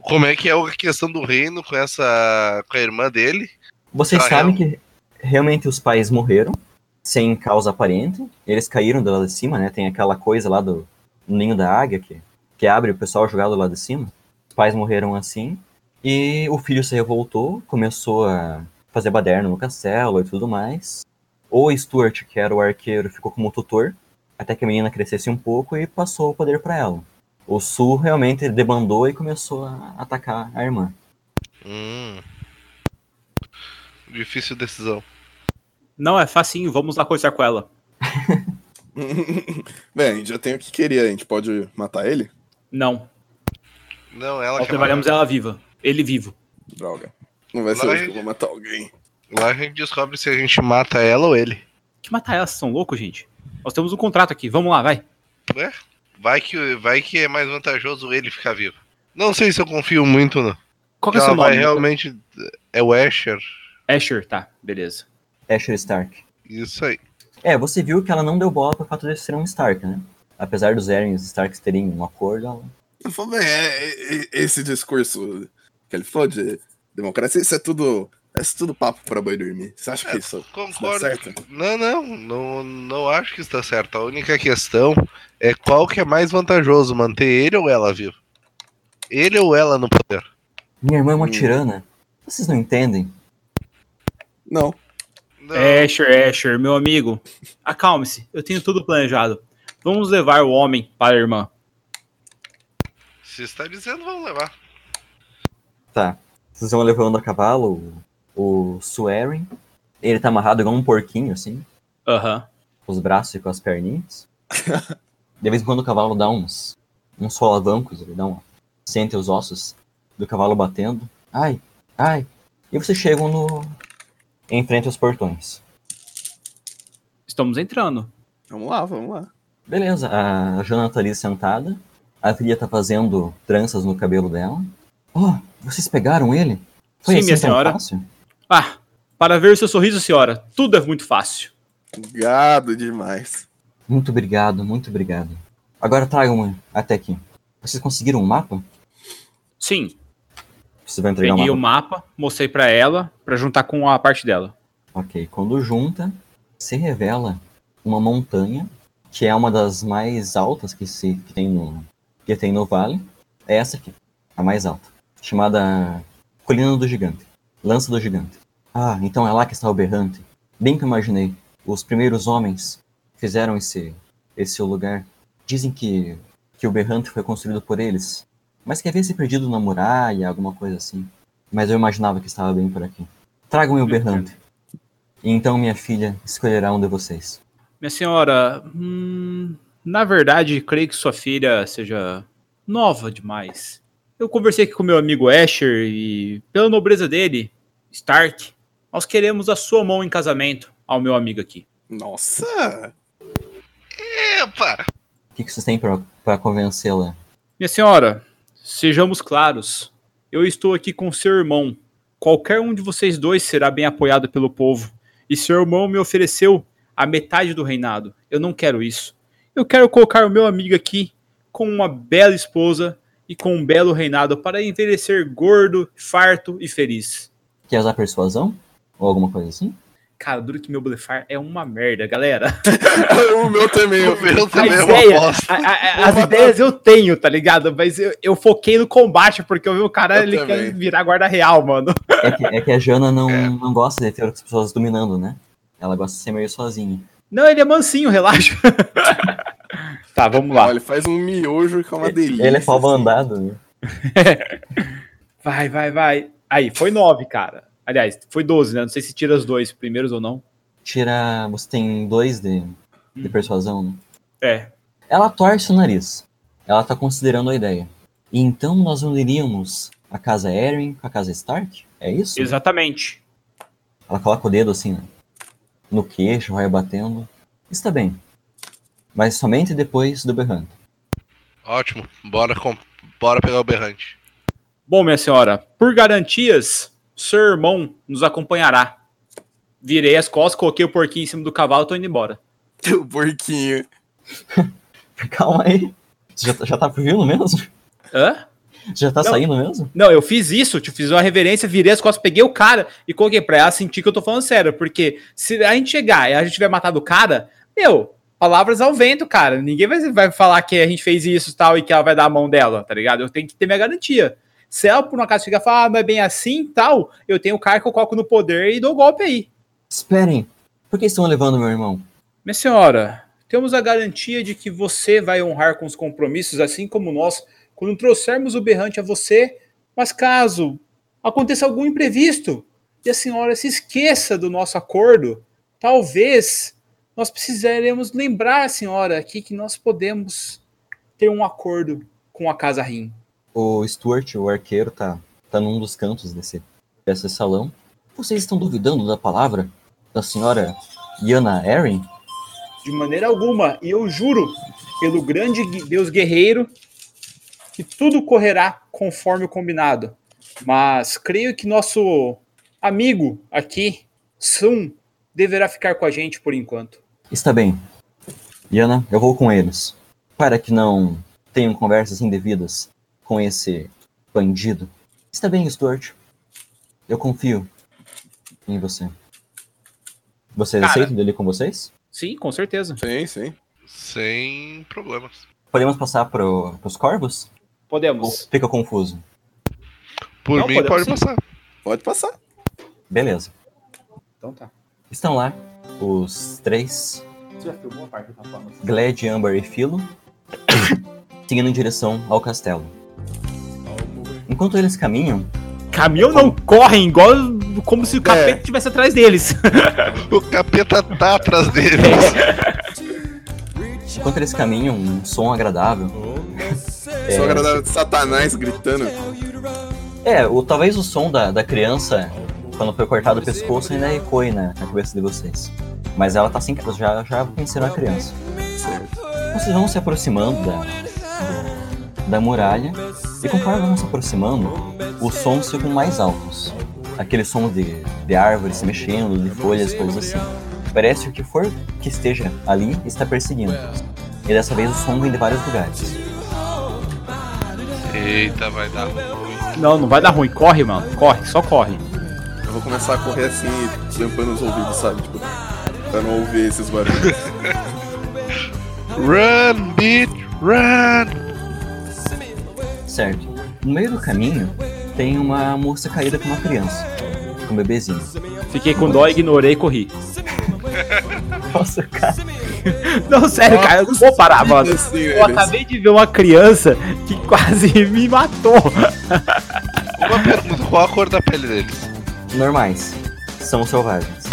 S6: Como é que é a questão do reino com essa. com a irmã dele?
S5: Vocês
S6: Ah,
S5: sabem que realmente os pais morreram, sem causa aparente. Eles caíram do lado de cima, né? Tem aquela coisa lá do ninho da águia que, que abre o pessoal jogar do lado de cima. Os pais morreram assim. E o filho se revoltou, começou a fazer baderna no castelo e tudo mais. O Stuart, que era o arqueiro, ficou como tutor, até que a menina crescesse um pouco e passou o poder para ela. O Sul realmente debandou e começou a atacar a irmã.
S6: Hum. Difícil decisão.
S3: Não, é facinho, vamos lá conversar com ela.
S4: Bem, a gente já tem o que queria, a gente pode matar ele?
S3: Não,
S6: Não, ela
S3: nós
S6: quer
S3: levaremos ela viva. Ele vivo.
S4: Droga. Não vai ser
S6: Vai.
S4: hoje que eu vou matar alguém.
S6: Lá a gente descobre se a gente mata ela ou ele.
S3: Que matar ela, vocês são loucos, gente? Nós temos um contrato aqui, vamos lá, vai.
S6: Vai que, vai que é mais vantajoso ele ficar vivo. Não sei se eu confio muito, não.
S3: Qual que é o
S6: Ela
S3: seu
S6: vai
S3: nome?
S6: realmente. É o Asher.
S3: Asher, tá, beleza.
S5: Asher Stark.
S6: Isso aí.
S5: É, você viu que ela não deu bola pro fato de ser um Stark, né? Apesar dos Eren e os Starks terem um acordo, ela...
S4: Eu falo, bem, é, é, é, esse discurso que ele falou de democracia, isso é tudo. Isso é tudo papo pra boi dormir. Você acha que isso, isso dá
S6: Concordo.
S4: certo?
S6: Não, não, não, não acho que está certo. A única questão é qual que é mais vantajoso, manter ele ou ela vivo? Ele ou ela no poder?
S5: Minha irmã é uma
S4: Hum.
S5: tirana. Vocês não entendem?
S4: Não.
S3: Ah.
S6: Não,
S3: É. Asher, Asher, meu amigo, acalme-se, eu tenho tudo planejado. Vamos levar o homem para a irmã.
S6: Se está dizendo, vamos levar.
S5: Tá. Vocês vão levando a cavalo o, o Sueren. Ele tá amarrado igual um porquinho, assim,
S3: Aham.
S5: com os braços e com as perninhas. De vez em quando o cavalo dá uns, uns solavancos, ele dá um... Sente os ossos do cavalo batendo. Ai, ai. E vocês chegam no... Em frente aos portões.
S3: Estamos entrando.
S4: Vamos lá, vamos lá.
S5: Beleza, a Jana tá ali sentada. A filha tá fazendo tranças no cabelo dela. Oh, vocês pegaram ele? Foi
S3: Sim,
S5: assim
S3: minha
S5: tão
S3: senhora.
S5: fácil?
S3: Ah, para ver o seu sorriso, senhora, tudo é muito fácil.
S4: Gado demais.
S5: Muito obrigado, muito obrigado. Agora tragam até aqui. Vocês conseguiram um mapa?
S3: Sim,
S5: Você vai entregar
S3: peguei
S5: um
S3: o
S5: mapa?
S3: mapa, mostrei para ela, para juntar com a parte dela.
S5: Ok, quando junta, se revela uma montanha, que é uma das mais altas que, se, que, tem, no, que tem no vale. É essa aqui, a mais alta, chamada Colina do Gigante, Lança do Gigante. Ah, então é lá que está o Berrante. Bem que eu imaginei, os primeiros homens fizeram esse, esse lugar. Dizem que, que o Berrante foi construído por eles, mas que havia se perdido na muralha, alguma coisa assim. Mas eu imaginava que estava bem por aqui. Tragam-me o Berrante. Então minha filha escolherá um de vocês.
S3: Minha senhora, hum, na verdade, creio que sua filha seja nova demais. Eu conversei aqui com meu amigo Asher e, pela nobreza dele, Stark, nós queremos a sua mão em casamento ao meu amigo aqui.
S4: Nossa!
S6: Epa!
S5: O que, que vocês têm para convencê-la?
S3: Minha senhora, sejamos claros. Eu estou aqui com seu irmão. Qualquer um de vocês dois será bem apoiado pelo povo. E seu irmão me ofereceu a metade do reinado. Eu não quero isso. Eu quero colocar o meu amigo aqui com uma bela esposa e com um belo reinado para envelhecer gordo, farto e feliz.
S5: Quer usar persuasão? Ou alguma coisa assim?
S3: Cara, duro que meu blefar é uma merda, galera.
S4: o meu também,
S6: O
S4: o meu.
S6: meu também é
S3: ideia.
S6: uma aposta.
S3: A- a- a- as ideias eu tenho, tá ligado? Mas eu, eu foquei no combate porque eu vi o cara
S4: Eu
S3: ele
S4: também.
S3: quer virar guarda real, mano.
S5: É que, é que a Jana não, não gosta de ter outras pessoas dominando, né? Ela gosta de ser meio sozinha.
S3: Não, ele é mansinho, relaxa. tá, vamos lá.
S4: Ele faz um miojo que é uma delícia.
S5: Ele é pau mandado, né?
S3: Vai, vai, vai. Aí, foi 9, cara. Aliás, foi 12, né? Não sei se tira os dois primeiros ou não.
S5: Tira. Você tem dois de, de persuasão, né?
S3: É.
S5: Ela torce o nariz. Ela tá considerando a ideia. E então nós uniríamos a casa Eren com a casa Stark? É isso?
S3: Exatamente.
S5: Ela coloca o dedo assim, né? No queixo, vai batendo. Está bem. mas somente depois do berrante.
S6: Ótimo. Bora, com... Bora pegar o berrante.
S3: Bom, minha senhora, por garantias, seu irmão nos acompanhará. Virei as costas, coloquei o porquinho em cima do cavalo e tô indo embora.
S4: Teu porquinho.
S5: Calma aí. Você já, tá- já tá fugindo mesmo?
S3: Hã?
S5: Já tá
S3: Não.
S5: saindo mesmo?
S3: Não, eu fiz isso, te fiz uma reverência, virei as costas, peguei o cara e coloquei pra ela sentir que eu tô falando sério, porque se a gente chegar e a gente tiver matado o cara, meu, palavras ao vento, cara. Ninguém vai, vai falar que a gente fez isso e tal e que ela vai dar a mão dela, tá ligado? Eu tenho que ter minha garantia. Se ela, por um acaso, chegar e falar, ah, não é bem assim e tal, eu tenho o cara que eu coloco no poder e dou o golpe aí.
S5: Esperem. Por que estão levando meu irmão?
S3: Minha senhora, temos a garantia de que você vai honrar com os compromissos, assim como nós, quando trouxermos o berrante a você, mas caso aconteça algum imprevisto e a senhora se esqueça do nosso acordo, talvez nós precisaremos lembrar a senhora aqui que nós podemos ter um acordo com a Casa Rim.
S5: O Stuart, o arqueiro, tá, tá num dos cantos desse, desse salão. Vocês estão duvidando da palavra da senhora Yana Erin?
S3: De maneira alguma, e eu juro pelo grande gui- Deus guerreiro que tudo correrá conforme o combinado. Mas creio que nosso amigo aqui, Sun, deverá ficar com a gente por enquanto.
S5: Está bem. Yana, eu vou com eles. Para que não tenham conversas indevidas com esse bandido. Está bem, Stuart. Eu confio em você. Vocês
S3: Cara.
S5: aceitam dele com vocês?
S3: Sim, com certeza.
S4: Sim, sim.
S6: Sem problemas.
S5: Podemos passar pro, pros corvos? Ou
S3: Podemos.
S5: fica confuso?
S6: Por
S3: Não,
S6: mim,
S3: podemos
S6: pode
S3: sim.
S6: passar.
S4: Pode passar.
S5: Beleza.
S3: Então tá.
S5: Estão lá os três,
S3: Você já filmou a parte da palma?
S5: Glad, Amber e Philo, seguindo em direção ao castelo. Enquanto eles caminham,
S3: Caminhão não correm, igual como se o
S4: capeta
S3: estivesse atrás deles.
S6: O capeta tá atrás deles.
S5: enquanto eles caminham, um som agradável. É,
S4: Só agradável de Satanás gritando.
S5: É, o, talvez o som da, da criança, quando foi cortado o pescoço, ainda ecoe né, na, na cabeça de vocês. Mas ela tá sem. Já, já venceram a criança. Vocês vão se aproximando da, da muralha, e conforme vão se aproximando, os sons ficam mais altos. Aquele som de, de árvores se mexendo, de folhas, coisas assim. Parece que o que for que esteja ali está perseguindo. E dessa vez o som vem de vários lugares.
S6: Eita, vai dar ruim.
S3: Não, não vai dar ruim. Corre, mano. Corre, só corre.
S4: Eu vou começar a correr assim, tampando os ouvidos, sabe? Tipo, pra não ouvir esses barulhos.
S6: Run, bitch, run!
S5: Certo. No meio do caminho tem uma moça caída com uma criança. Com um bebezinho.
S3: Fiquei com dó, ignorei e corri.
S5: Nossa, cara.
S3: Não, sério, cara, eu não vou parar, mano.
S4: Assim,
S3: Eu
S4: eles.
S3: acabei de ver uma criança que quase me matou.
S6: Uma pergunta, qual a cor da pele deles?
S5: Normais. São selvagens.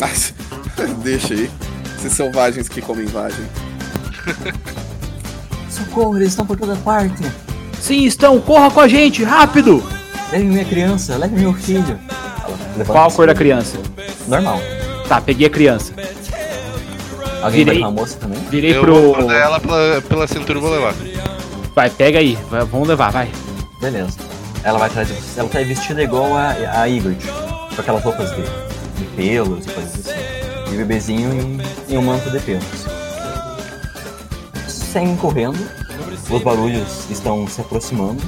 S4: Mas, deixa aí. Esses selvagens que comem vagem.
S5: Socorro, eles estão por toda parte.
S3: Sim, estão, corra com a gente, rápido!
S5: Leve minha criança, leve meu filho. Ela levanta
S3: Qual a
S5: o
S3: cor da criança?
S5: filho. Normal.
S3: Tá, peguei a criança.
S5: Alguém vai
S3: Virei.
S5: com a moça também?
S3: Virei
S6: Eu
S3: pro.
S6: vou acordar ela pela, pela cintura e vou levar.
S3: Vai, pega aí, vai, vamos levar, vai.
S5: Beleza. Ela vai atrás de você. Ela tá vestida igual a, a Igor. Com aquelas roupas de, de pelos e coisas assim. E o bebezinho em, em um manto de pelos. Seguem correndo. Os barulhos estão se aproximando.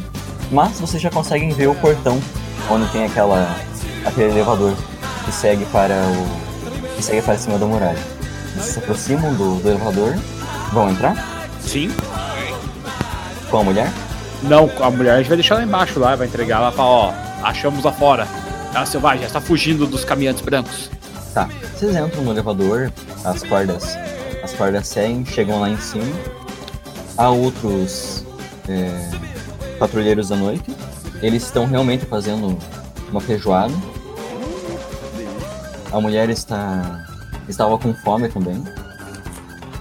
S5: Mas vocês já conseguem ver o portão onde tem aquela, aquele elevador que segue para o. que segue para cima da muralha. Vocês se aproximam do, do elevador. Vão entrar
S3: Sim?
S5: com a mulher?
S3: Não, a mulher a gente vai deixar lá embaixo lá, vai entregar lá e falar, ó, achamos lá fora. Ela selvagem, ela está fugindo dos caminhantes brancos.
S5: Tá, vocês entram no elevador, as cordas, as cordas seguem, chegam lá em cima. Há outros é, patrulheiros da noite. Eles estão realmente fazendo uma feijoada. A mulher está estava com fome também.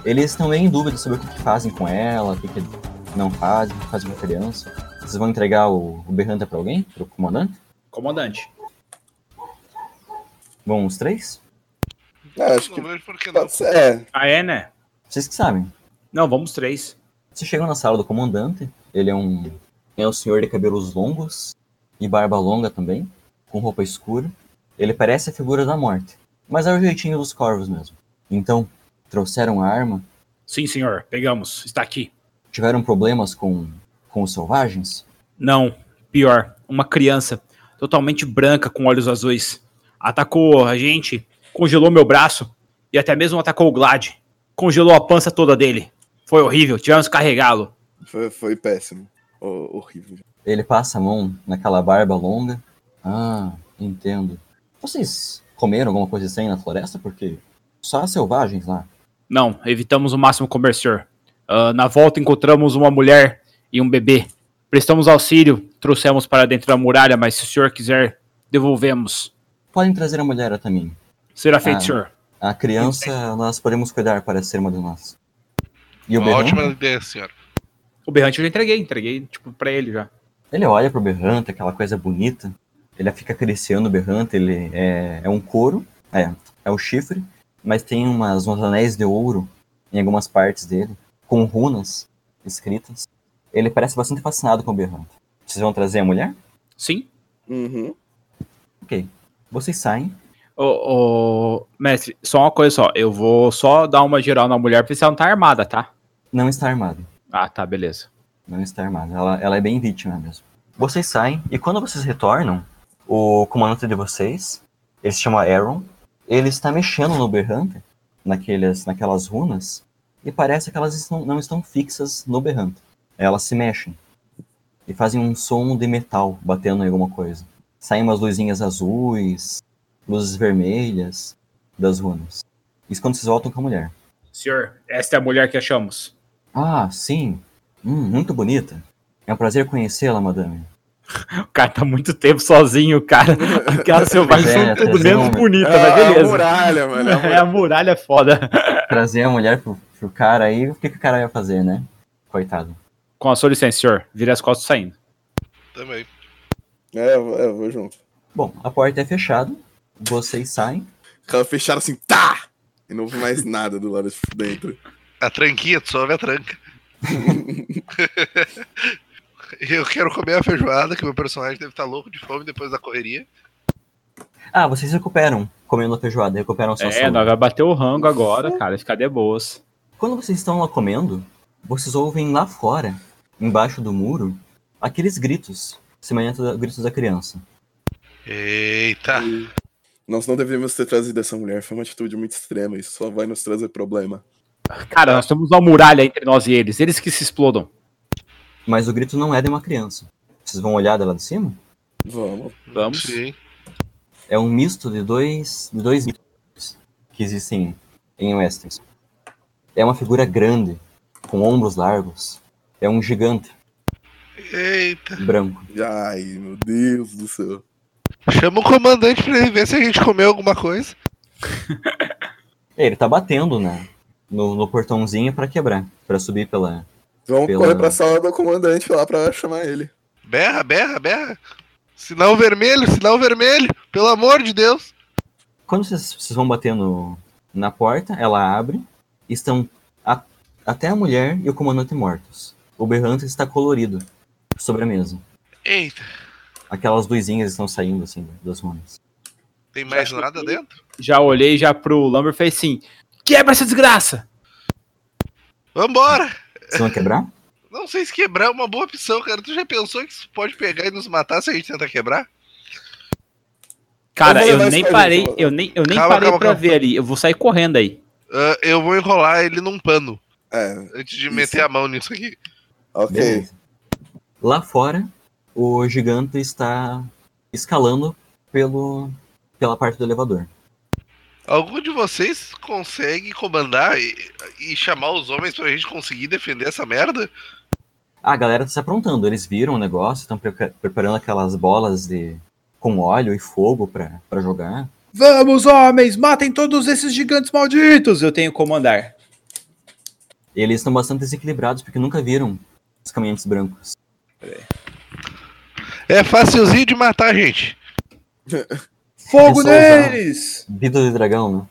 S5: Eles estão meio em dúvida sobre o que, que fazem com ela, o que, que não fazem, o que fazem com a criança. Vocês vão entregar o, o berrante para alguém, para o comandante?
S3: Comandante.
S5: Vão os três?
S4: É, acho que
S6: Não vejo por que não.
S4: pode ser. É,
S3: Ah, é, né?
S5: Vocês que sabem.
S3: Não, vamos três.
S5: Você chega na sala do comandante, ele é um é um senhor de cabelos longos e barba longa também, com roupa escura. Ele parece a figura da morte, mas é o jeitinho dos corvos mesmo. Então, trouxeram a arma,
S3: Sim, senhor, pegamos. Está aqui.
S5: tiveram problemas com com os selvagens?
S3: Não, pior, uma criança totalmente branca com olhos azuis atacou a gente, congelou meu braço e até mesmo atacou o Glad. Congelou a pança toda dele. Foi horrível, tivemos que carregá-lo.
S4: Foi, foi péssimo. Ho- horrível.
S5: Ele passa a mão naquela barba longa. Ah, entendo. Vocês comeram alguma coisa estranha na floresta? Porque só há selvagens lá.
S3: Não, evitamos o máximo comer, senhor. Ah, na volta encontramos uma mulher e um bebê. Prestamos auxílio, trouxemos para dentro da muralha, mas se o senhor quiser, devolvemos.
S5: Podem trazer a mulher até mim.
S3: Será feito,
S5: Ah,
S3: senhor.
S5: A criança nós podemos cuidar para ser uma de nós. E o
S6: Uma
S5: Berrante,
S6: ótima ideia, senhor.
S3: O berrante eu já entreguei, entreguei, tipo, pra ele já.
S5: ele olha pro Berrante, aquela coisa bonita. Ele fica acariciando o Berrante, ele é, é um couro, é, é um chifre, mas tem umas, uns anéis de ouro em algumas partes dele, com runas escritas. Ele parece bastante fascinado com o Berrante. Vocês vão trazer a mulher?
S3: Sim?
S4: Uhum.
S5: Vocês saem.
S3: Ô, ô, mestre, só uma coisa só. Eu vou só dar uma geral na mulher, porque se ela não tá armada, tá?
S5: Não está armado.
S3: Ah, tá, beleza.
S5: Não está armado. Ela, ela é bem vítima mesmo. Vocês saem e quando vocês retornam, o comandante de vocês, ele se chama Aaron, ele está mexendo no Berrante, naqueles, naquelas runas, e parece que elas estão- não estão fixas no Berrante. Elas se mexem e fazem um som de metal batendo em alguma coisa. Saem umas luzinhas azuis, luzes vermelhas das runas. Isso quando vocês voltam com a mulher.
S3: Senhor, esta é a mulher que achamos.
S5: Ah, sim. Hum, muito bonita. É um prazer conhecê-la, madame.
S3: O cara tá muito tempo sozinho, cara. Aquelas selvagens
S5: É,
S3: são tudo
S5: trazer
S3: menos
S5: um-
S3: bonitas,
S4: Ah,
S3: mas
S4: a
S3: beleza.
S4: muralha, mano. a
S3: É a muralha é foda.
S5: trazer a mulher pro, pro cara aí, o que, que o cara ia fazer, né? Coitado.
S3: Com a sua licença, senhor. Vira as costas saindo.
S6: Também.
S4: É, eu vou- eu vou junto.
S5: Bom, a porta é fechada, vocês saem.
S4: Cara, fecharam assim, tá! E não houve mais nada do lado de dentro.
S6: A tranquinha, tu sobe a tranca. Eu quero comer a feijoada, que meu personagem deve estar louco de fome depois da correria.
S5: Ah, vocês recuperam, comendo a feijoada, recuperam a sua
S3: é, nós
S5: saúde.
S3: vai bater o rango agora, cara. Ficar de boas.
S5: Quando vocês estão lá comendo, vocês ouvem lá fora, embaixo do muro, aqueles gritos, semelhantes a gritos da criança.
S6: Eita!
S4: Nós não deveríamos ter trazido essa mulher, foi uma atitude muito extrema, isso só vai nos trazer problema.
S3: Cara, nós temos uma muralha entre nós e eles. Eles que se explodam.
S5: Mas o grito não é de uma criança. Vocês vão olhar dela de cima?
S4: Vamos.
S3: Vamos.
S6: Sim.
S5: É um misto de dois, de dois mitos que existem em westerns. É uma figura grande, com ombros largos. É um gigante
S6: Eita!
S5: branco.
S4: Ai, meu Deus do céu.
S6: Chama o comandante pra ele ver se a gente comeu alguma coisa.
S5: É, ele tá batendo, né? No, no portãozinho pra quebrar, pra subir pela.
S4: Vamos
S5: Pela-
S4: correr pra sala do comandante lá pra chamar ele.
S6: Berra, berra, berra. Sinal vermelho, sinal vermelho. Pelo amor de Deus.
S5: Quando vocês, vocês vão batendo na porta, ela abre. Estão a- até a mulher e o comandante mortos. O berrante está colorido sobre a mesa.
S6: Eita,
S5: Aquelas luzinhas estão saindo assim das runas.
S6: tem mais nada dentro?
S3: Já olhei já pro Lumber e falei assim: quebra essa desgraça!
S6: Vambora!
S5: Vocês vão quebrar?
S6: Não sei se quebrar é uma boa opção, cara. Tu já pensou que isso pode pegar e nos matar se a gente tentar quebrar?
S3: Cara,
S4: Eu vou
S3: eu
S4: levar
S3: nem
S4: isso pra
S3: parei,
S4: gente, eu-
S3: eu nem, eu nem
S6: Calma,
S3: parei
S6: calma,
S3: pra
S6: calma.
S3: ver ali. Eu vou sair correndo aí.
S6: Ah, eu vou enrolar ele num pano
S4: É,
S6: antes de meter a mão nisso aqui.
S4: ok.
S5: Beleza. Lá fora, o gigante está escalando pelo, pela parte do elevador.
S6: Algum de vocês consegue comandar e, e chamar os homens pra gente conseguir defender essa merda?
S5: Ah, a galera tá se aprontando. Eles viram o negócio, estão preparando aquelas bolas de com óleo e fogo pra pra jogar.
S3: Vamos, homens, matem todos esses gigantes malditos! Eu tenho comandar.
S5: Eles estão bastante desequilibrados porque nunca viram os caminhantes brancos.
S6: É facilzinho de matar, gente.
S5: Fogo Eles só usaram.
S3: neles!
S5: Vida de dragão, né?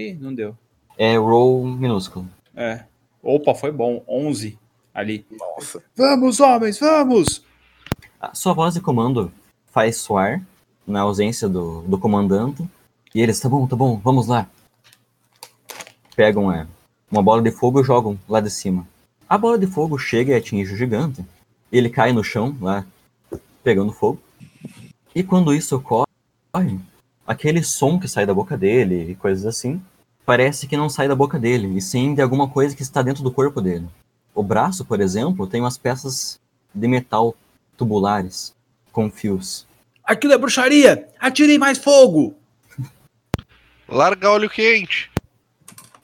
S3: Ih, não deu.
S5: É roll minúsculo.
S3: É.
S7: Opa, foi bom. 11 ali.
S4: Nossa.
S7: Vamos, homens, vamos!
S5: A sua voz de comando faz soar na ausência do, do comandante. E eles, tá bom, tá bom, vamos lá. Pegam é, uma bola de fogo e jogam lá de cima. A bola de fogo chega e atinge o gigante. Ele cai no chão, lá, pegando fogo. E quando isso ocorre, aquele som que sai da boca dele e coisas assim, parece que não sai da boca dele, e sim de alguma coisa que está dentro do corpo dele. O braço, por exemplo, tem umas peças de metal tubulares, com fios.
S7: Aquilo é bruxaria! Atirem mais fogo!
S6: Larga óleo quente.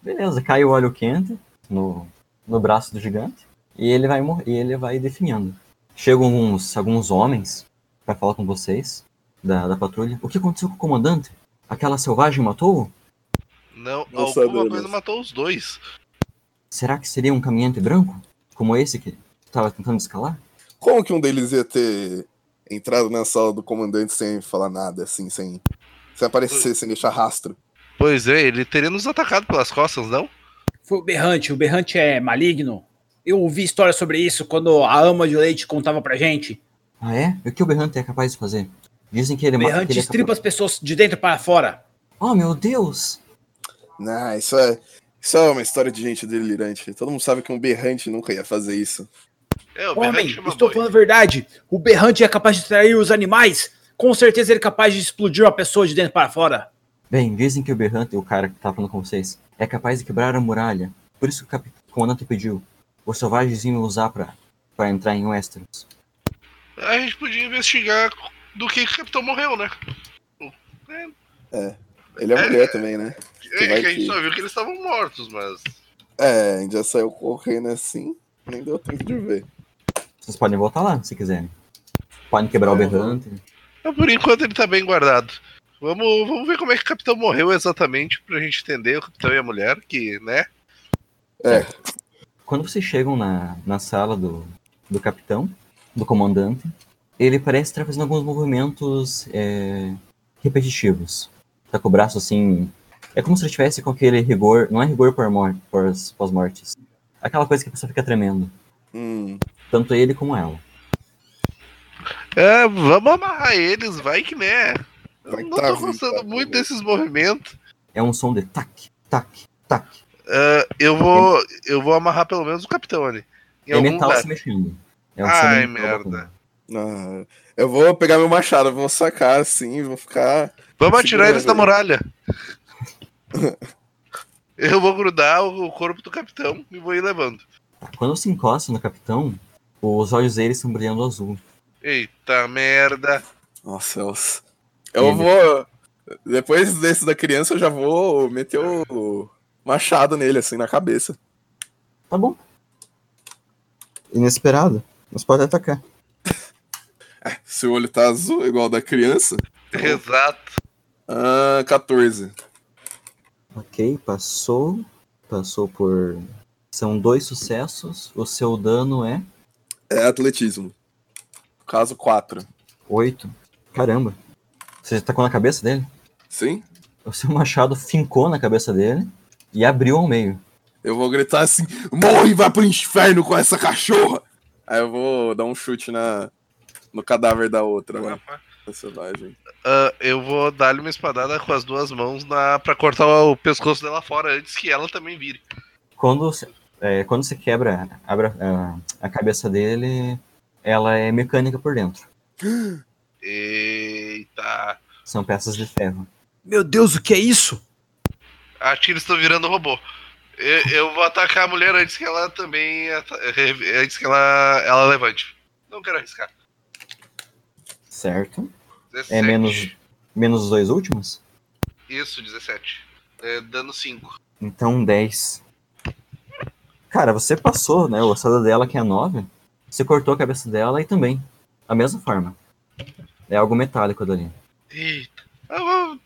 S5: Beleza, cai o óleo quente no, no braço do gigante e ele vai morrer, ele vai definhando. Chegam alguns, alguns homens para falar com vocês da, da patrulha. O que aconteceu com o comandante? Aquela selvagem matou?
S6: Não,
S4: Não
S6: alguma
S4: sabemos.
S6: coisa matou os dois.
S5: Será que seria um caminhante branco? Como esse que estava tentando escalar?
S4: Como que um deles ia ter entrado na sala do comandante sem falar nada, assim, sem, sem aparecer, sem deixar rastro?
S6: Pois é, ele teria nos atacado pelas costas, não?
S7: Foi o Berrante. O Berrante é maligno. Eu ouvi história sobre isso quando a ama de leite contava pra gente.
S5: Ah é? E o que o Berrante é capaz de fazer? Dizem que ele
S7: O
S5: mata. que
S7: Berrante
S5: ele é
S7: estripa
S5: capaz-
S7: as pessoas de dentro para fora.
S5: Oh meu Deus!
S4: Não, isso é, isso é uma história de gente delirante. Todo mundo sabe que um berrante nunca ia fazer isso.
S6: É, o
S7: Homem,
S6: Berrante chama
S7: estou
S6: boi.
S7: falando a verdade. O Berrante é capaz de trair os animais. Com certeza ele é capaz de explodir uma pessoa de dentro para fora.
S5: Bem, dizem que o Berrante, o cara que tá falando com vocês, é capaz de quebrar a muralha. Por isso que o, cap... o comandante pediu. Os selvagens iam usar pra, pra entrar em Westeros.
S6: A gente podia investigar do que que o capitão morreu, né?
S4: Ele é mulher também, né?
S6: É,
S4: vai
S6: que a gente
S4: que-
S6: só viu que eles estavam mortos, mas.
S4: É, a gente já saiu correndo assim, nem deu tempo de ver.
S5: Vocês podem voltar lá, se quiserem. Podem quebrar o Berrante.
S6: Mas Por enquanto ele tá bem guardado. Vamos, vamos ver como é que o capitão morreu exatamente, pra gente entender o capitão e a mulher, que, né?
S5: Quando vocês chegam na, na sala do, do capitão, do comandante, ele parece estar fazendo alguns movimentos é, repetitivos. Tá com o braço assim. É como se ele estivesse com aquele rigor. Não é rigor por mor- pós- pós-mortes. Aquela coisa que a pessoa fica tremendo.
S4: Hum,
S5: Tanto ele como ela.
S6: É, vamos amarrar eles, vai que né. Eu
S4: Vai
S6: não
S4: tá
S6: tô
S4: ruim,
S6: gostando
S4: tá
S6: muito
S4: ruim.
S6: desses movimentos.
S5: É um som de tac, tac, tac.
S6: É, eu vou. Eu vou amarrar pelo menos o capitão ali. Em
S5: é
S6: algum
S5: metal
S6: lugar.
S5: se mexendo. É um
S6: Ai,
S5: som de metal
S6: merda.
S5: batendo.
S4: ah, eu vou pegar meu machado, vou sacar assim, vou ficar.
S6: Vamos atirar
S4: Segura
S6: eles da
S4: ele.
S6: muralha. Eu vou grudar o o corpo do capitão e vou ir levando.
S5: Tá, Quando se encosta no capitão, os olhos dele estão brilhando azul.
S6: Eita merda.
S4: Nossa, eu, eu vou. Depois desse da criança, eu já vou meter o machado nele, assim, na cabeça.
S5: Tá bom. Inesperado. Mas pode atacar.
S4: Se o olho tá azul, igual o da criança.
S6: Exato.
S4: Ah, 14.
S5: Ok, passou. Passou por. São dois sucessos. O seu dano é
S4: É atletismo. Caso 4.
S5: oito. Caramba. Você já tacou na cabeça dele?
S4: Sim?
S5: O seu machado fincou na cabeça dele e abriu ao meio.
S4: Eu vou gritar assim: morre e vai pro inferno com essa cachorra! Aí eu vou dar um chute na, no cadáver da outra, né? Personagem.
S6: Ah, eu vou dar-lhe uma espadada com as duas mãos na... pra cortar o pescoço dela fora antes que ela também vire.
S5: Quando você, é, quando você quebra abre a, a cabeça dele, ela é mecânica por dentro.
S6: Eita.
S5: São peças de ferro.
S7: Meu Deus, o que é isso?
S6: A Tira estão virando robô. Eu, eu vou atacar a mulher antes que ela também. ata- re- Antes que ela, ela levante. Não quero arriscar.
S5: Certo.
S6: 17.
S5: É menos, menos os dois últimos?
S6: Isso, 17. É, dano 5.
S5: Então 10. Cara, você passou, né? O assado dela que é 9. Você cortou a cabeça dela e também. A mesma forma. É algo metálico dali.
S6: Eita. Ah, vamos-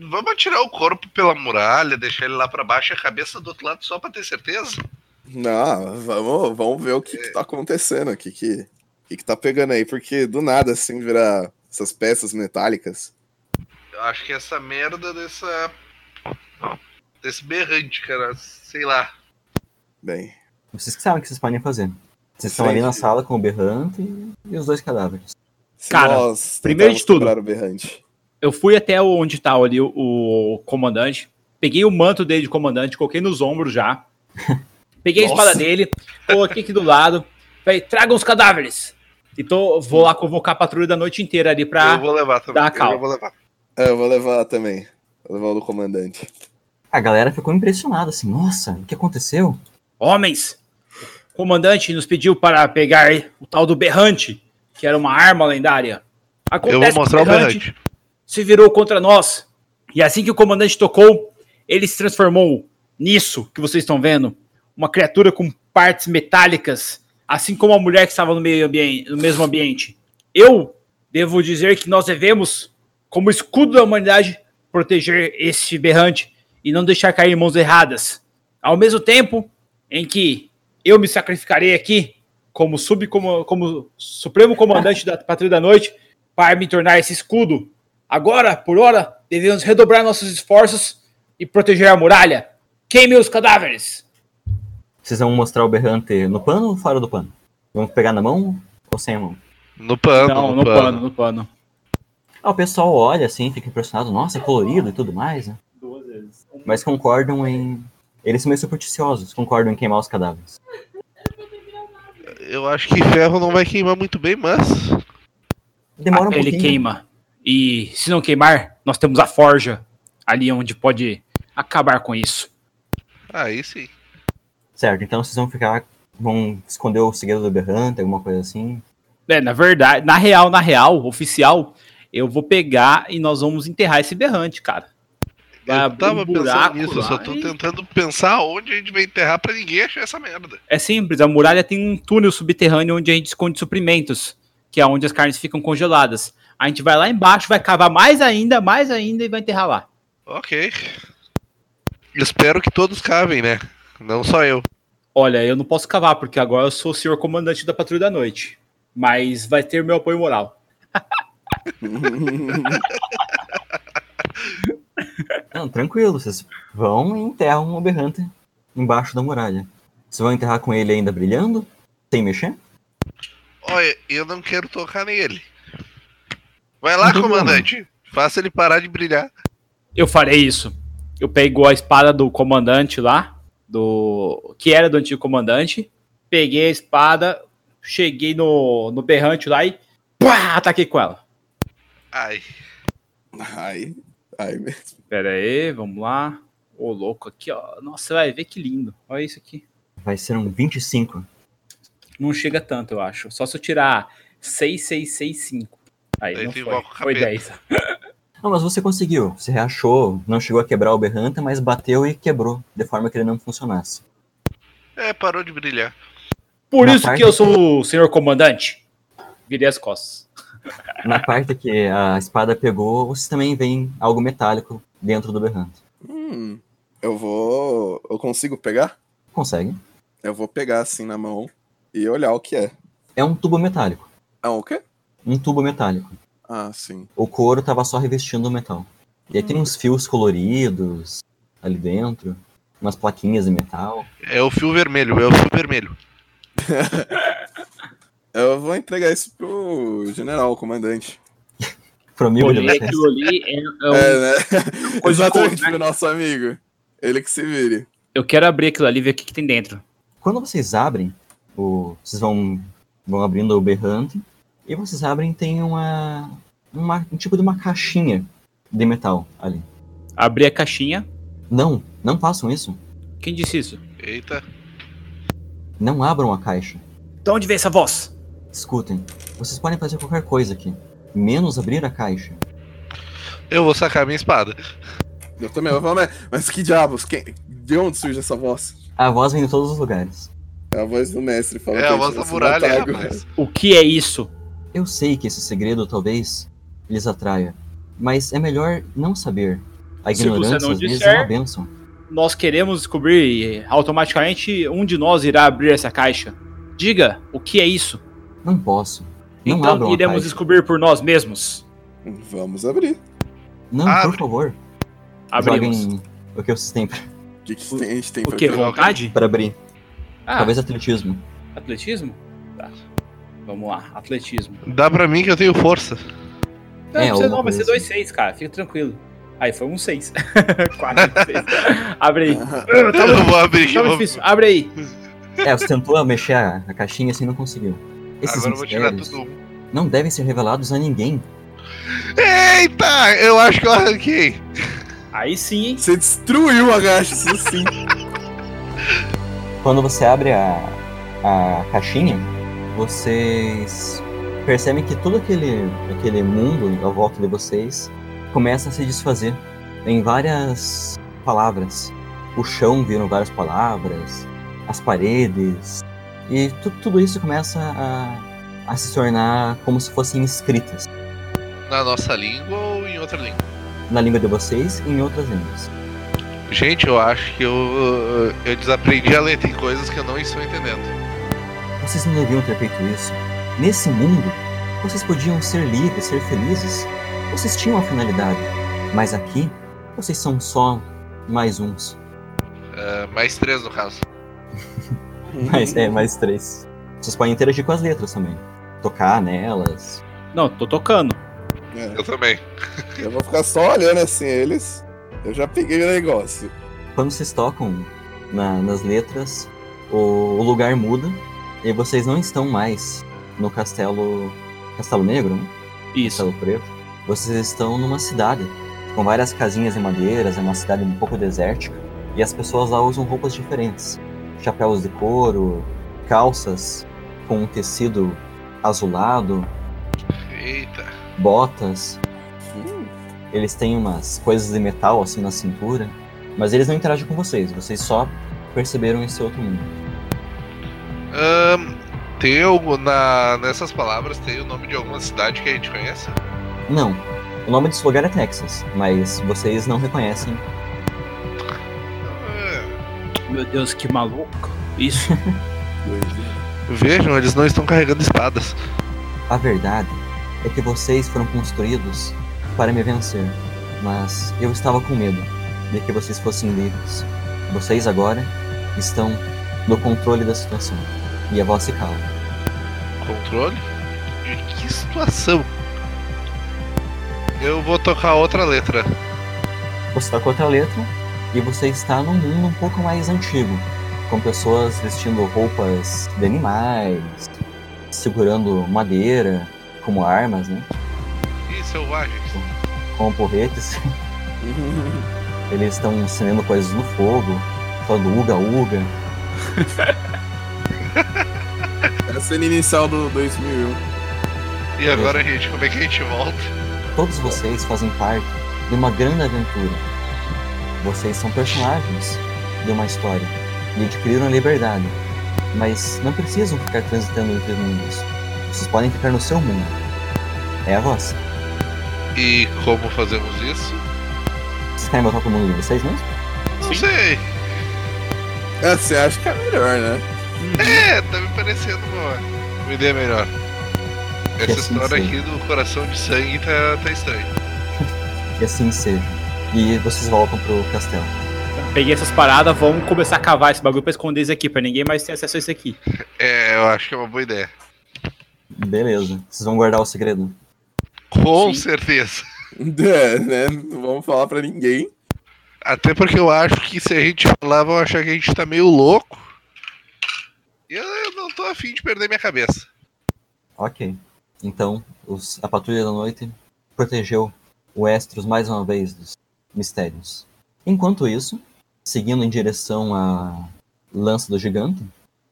S6: Vamos atirar o corpo pela muralha, deixar ele lá pra baixo e a cabeça do outro lado só pra ter certeza?
S4: Não, vamos, vamos ver o que, que tá acontecendo, o que, que, o que, que tá pegando aí, porque do nada, assim, virar essas peças metálicas.
S6: Eu acho que essa merda dessa. desse berrante, cara, sei lá.
S4: Bem,
S5: Vocês que sabem o que vocês podem fazer. Vocês estão
S4: Sim.
S5: ali na sala com o Berrante e, e os dois cadáveres.
S4: se
S3: Cara,
S4: nós
S3: primeiro de
S4: tentarmos
S3: tudo-
S4: quebrar o berrante,
S3: Eu fui até onde tá ali o, o comandante, peguei o manto dele de comandante, coloquei nos ombros já, peguei a
S4: Nossa.
S3: espada dele, coloquei aqui do lado, falei, tragam os cadáveres! E tô, vou lá convocar a patrulha da noite inteira ali pra...
S6: Eu vou levar também.
S3: Dá
S6: eu
S3: Tá. calma.
S6: vou levar.
S4: É, eu vou levar também. Vou levar o do comandante.
S5: A galera ficou impressionada, assim, nossa, o que aconteceu?
S3: Homens, o comandante nos pediu para pegar o tal do berrante, que era uma arma lendária.
S6: Eu
S3: Acontece
S6: vou
S3: que
S6: mostrar o berrante.
S3: se virou contra nós. E assim que o comandante tocou, ele se transformou nisso que vocês estão vendo. Uma criatura com partes metálicas, assim como a mulher que estava no, meio ambiente, no mesmo ambiente. Eu devo dizer que nós devemos, como escudo da humanidade, proteger este berrante e não deixar cair em mãos erradas. Ao mesmo tempo em que eu me sacrificarei aqui como, subcomo- como supremo comandante da Patrulha da Noite para me tornar esse escudo Agora, por hora, devemos redobrar nossos esforços e proteger a muralha. Queime os cadáveres!
S5: Vocês vão mostrar o Berrante no pano ou fora do pano? Vão pegar na mão ou sem a mão?
S6: No pano,
S3: não, no pano. no pano.
S5: Ah, o pessoal olha assim, fica impressionado, nossa, é colorido e tudo mais, né? Mas concordam em. Eles são meio supersticiosos, concordam em queimar os cadáveres.
S6: Eu acho que ferro não vai queimar muito bem, mas.
S5: Demora um
S3: a pele
S5: pouquinho.
S3: queima. E se não queimar, nós temos a forja ali onde pode acabar com isso.
S6: Aí sim.
S5: Certo, então vocês vão ficar. Vão esconder o segredo do Berrante, alguma coisa assim.
S3: É, na verdade, na real, na real, oficial, eu vou pegar e nós vamos enterrar esse berrante, cara. Vai
S6: Eu
S3: abrir
S6: tava
S3: um buraco
S6: pensando nisso, eu só
S3: lá
S6: tô
S3: e-
S6: tentando pensar onde a gente vai enterrar pra ninguém achar essa merda.
S3: É simples, a muralha tem um túnel subterrâneo onde a gente esconde suprimentos, que é onde as carnes ficam congeladas. A gente vai lá embaixo, vai cavar mais ainda, mais ainda e vai enterrar lá.
S6: Ok. Espero que todos cavem, né? Não só eu.
S3: Olha, eu não posso cavar, porque agora eu sou o senhor comandante da Patrulha da Noite. Mas vai ter meu apoio moral.
S5: Não, tranquilo, vocês vão e enterram o Berrante embaixo da muralha. Vocês vão enterrar com ele ainda brilhando, sem mexer?
S6: Olha, eu não quero tocar nele. Vai lá,
S5: Não tem
S6: comandante. Faça ele parar de brilhar.
S3: Eu farei isso. Eu pego a espada do comandante lá, do que era do antigo comandante. Peguei a espada, cheguei no, no berrante lá e pá, ataquei com ela.
S6: Ai.
S4: Ai, ai mesmo.
S3: Pera aí, vamos lá. Ô, louco, aqui, ó. Nossa, vai ver que lindo. Olha isso aqui.
S5: Vai ser um 25.
S3: Não chega tanto, eu acho. Só se eu tirar 6665. Aí,
S6: Aí
S3: não
S6: tem
S3: foi.
S6: igual com o
S3: Foi
S6: capeta.
S3: 10.
S5: Não, mas você conseguiu. Você reachou, não chegou a quebrar o Berrante, mas bateu e quebrou, de forma que ele não funcionasse.
S6: É, parou de brilhar.
S3: Por
S5: Na
S3: isso
S5: parte-
S3: que eu sou o senhor comandante. Virei as costas.
S5: Na parte que a espada pegou, vocês também veem algo metálico dentro do Berrante.
S4: Hum, eu vou. Eu consigo pegar?
S5: Consegue?
S4: Eu vou pegar assim na mão e olhar o que é.
S5: É um tubo metálico.
S4: Ah, o quê?
S5: Um tubo metálico.
S4: Ah, sim.
S5: O couro tava só revestindo o metal. E aí tem uns fios coloridos ali dentro, umas plaquinhas de metal.
S6: É o fio vermelho, é o fio vermelho.
S4: Eu vou entregar isso pro general, comandante.
S5: Pro amigo de
S3: Olhei
S5: vocês.
S3: aquilo ali, é- é um-
S4: É,
S3: Coisa
S4: né?
S3: de
S4: Exatamente,
S3: cor, né?
S4: pro nosso amigo. Ele que se vire.
S3: Eu quero abrir aquilo ali e ver o que, que tem dentro.
S5: Quando vocês abrem, o, vocês vão, vão abrindo o berrante, e vocês abrem tem uma, uma- um tipo de uma caixinha de metal ali.
S3: Abri a caixinha.
S5: Não, não façam isso.
S3: Quem disse isso?
S6: Eita.
S5: Não abram a caixa.
S3: De onde veio essa voz?
S5: Escutem, vocês podem fazer qualquer coisa aqui, menos abrir a caixa.
S6: Eu vou sacar minha espada.
S4: Eu também vou falar, mas, mas que diabos? Quem, de onde surge essa voz?
S5: A voz vem de todos os lugares.
S4: É a voz do mestre falando
S6: É
S4: que
S6: a
S4: gente
S6: voz
S4: vai
S6: da
S4: se
S6: muralha,
S4: matar agora.
S6: rapaz.
S3: O que é isso?
S5: Eu sei que esse segredo talvez lhes atraia, mas é melhor não saber. A
S3: Se você
S5: ignorância
S3: não
S5: às vezes é
S3: disser-
S5: uma bênção.
S3: Nós queremos descobrir e automaticamente um de nós irá abrir essa caixa. Diga, o que é isso?
S5: Não posso. Não abram
S3: então
S5: a
S3: iremos
S5: caixa.
S3: descobrir por nós mesmos.
S4: Vamos abrir.
S5: Não,
S6: Abre.
S5: por favor.
S3: Abrimos.
S5: Joguem o que vocês têm pra-
S4: O que, que tem- a gente tem
S3: O que?
S4: pra
S6: vamos-
S3: Vontade?
S5: pra abrir.
S3: Ah,
S5: Talvez atletismo.
S3: atletismo? Tá. Vamos lá, atletismo.
S6: Dá pra mim que eu tenho força.
S3: Não, não
S5: É,
S3: precisa
S5: alguma
S3: não, vai ser
S5: coisa
S3: 2-6, cara. Fica tranquilo. Aí foi um 6. 4, 6. Abre aí. Ah, tá
S6: eu
S3: bom.
S6: vou abrir aqui.
S3: Tá
S6: Vou...
S3: difícil. Abre aí.
S5: É, você tentou mexer a, a caixinha assim e não conseguiu. Esses
S6: Agora eu vou tirar
S5: mistérios
S6: tudo.
S5: não devem ser revelados a ninguém.
S6: Eita! Eu acho que eu arranquei.
S3: Aí sim, hein?
S4: Você destruiu a gacha, isso sim.
S5: Quando você abre a, a caixinha, vocês percebem que todo aquele, aquele mundo à volta de vocês começa a se desfazer em várias palavras. O chão viram várias palavras, as paredes, e tu- tudo isso começa a, a se tornar como se fossem escritas.
S6: Na nossa língua ou em outra língua?
S5: na língua de vocês e em outras línguas.
S6: Gente, eu acho que eu, eu desaprendi a ler. Tem coisas que eu não estou entendendo.
S5: Vocês não deviam ter feito isso. Nesse mundo, vocês podiam ser livres, ser felizes. Vocês tinham uma finalidade. Mas aqui, vocês são só mais uns.
S6: Ah, mais três, no caso.
S5: Mais, é, mais três. Vocês podem interagir com as letras também. Tocar nelas.
S7: Não, tô tocando.
S6: Eu também.
S4: É, Eu vou ficar só olhando assim eles. Eu já peguei o negócio.
S5: Quando vocês tocam na- nas letras, o, o lugar muda e vocês não estão mais no castelo. Castelo Negro, né?
S7: Isso.
S5: Castelo Preto, vocês estão numa cidade com várias casinhas de madeiras, é uma cidade um pouco desértica, e as pessoas lá usam roupas diferentes. Chapéus de couro, calças com um tecido azulado,
S6: Eita.
S5: botas,
S4: Hum,
S5: eles têm umas coisas de metal assim na cintura, mas eles não interagem com vocês, vocês só perceberam esse outro mundo.
S6: Ahn, tem algo na, nessas palavras, tem o nome de alguma cidade que a gente conhece?
S5: Não, o nome desse lugar é Texas, mas vocês não reconhecem
S6: Ah,
S5: Então.
S7: Meu Deus, que maluco. Isso.
S4: doido.
S6: Vejam, eles não estão carregando espadas.
S5: A verdade é que vocês foram construídos para me vencer, mas eu estava com medo de que vocês fossem livres. Vocês agora estão no controle da situação e a voz se cala.
S6: Controle? De que situação? Eu vou tocar outra letra.
S5: Você está com outra letra e você está num mundo um pouco mais antigo, com pessoas vestindo roupas de animais, segurando madeira como armas, né?
S6: Ih, selvagens.
S5: Com porretes.
S4: Uhum.
S5: Eles estão acendendo coisas no fogo, falando uga-uga.
S4: É a cena inicial do 2001.
S6: E agora, gente, como é que a gente volta?
S5: Todos vocês fazem parte de uma grande aventura. Vocês são personagens de uma história e adquiriram a liberdade. Mas não precisam ficar transitando entre mundos. Vocês podem ficar no seu mundo. É a voz.
S6: E como fazemos isso?
S5: Vocês querem voltar pro mundo de vocês mesmo?
S6: Não sei.
S4: É, você acha que é melhor, né?
S6: É, tá me parecendo uma, uma ideia melhor.
S5: Que
S6: Essa
S5: assim
S6: história
S5: seja.
S6: aqui do coração de sangue tá, tá estranha.
S5: E assim seja. E vocês voltam pro castelo.
S7: Peguei essas paradas, vamos começar a cavar esse bagulho pra esconder isso aqui, pra ninguém mais ter acesso a isso aqui.
S6: É, eu acho que é uma boa ideia.
S5: Beleza. Vocês vão guardar o segredo?
S6: Com
S7: Sim.
S6: certeza.
S4: É, né? Não vamos falar pra ninguém.
S6: Até porque eu acho que se a gente falar, vão achar que a gente tá meio louco. E eu, eu não tô afim de perder minha cabeça.
S5: Ok. Então, os- a patrulha da noite protegeu o Estros mais uma vez dos mistérios. Enquanto isso, seguindo em direção à lança do gigante,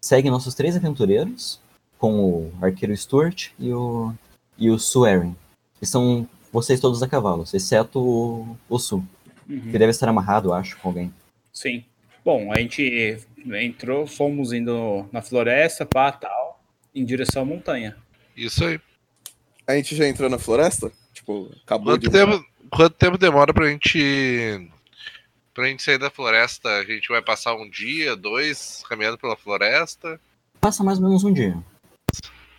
S5: seguem nossos três aventureiros, com o arqueiro Stuart e o, e o Sue Erin. que são vocês todos a cavalos, exceto o, o Su,
S7: Uhum.
S5: que deve estar amarrado, acho, com alguém.
S3: Sim. Bom, a gente entrou, fomos indo na floresta, pá, tal, em direção à montanha.
S6: Isso aí.
S4: A gente já entrou na floresta? Tipo, acabou
S6: Quanto
S4: de.
S6: tempo, quanto tempo demora pra gente. Pra gente sair da floresta? A gente vai passar um dia, dois, caminhando pela floresta.
S5: Passa mais ou menos um dia.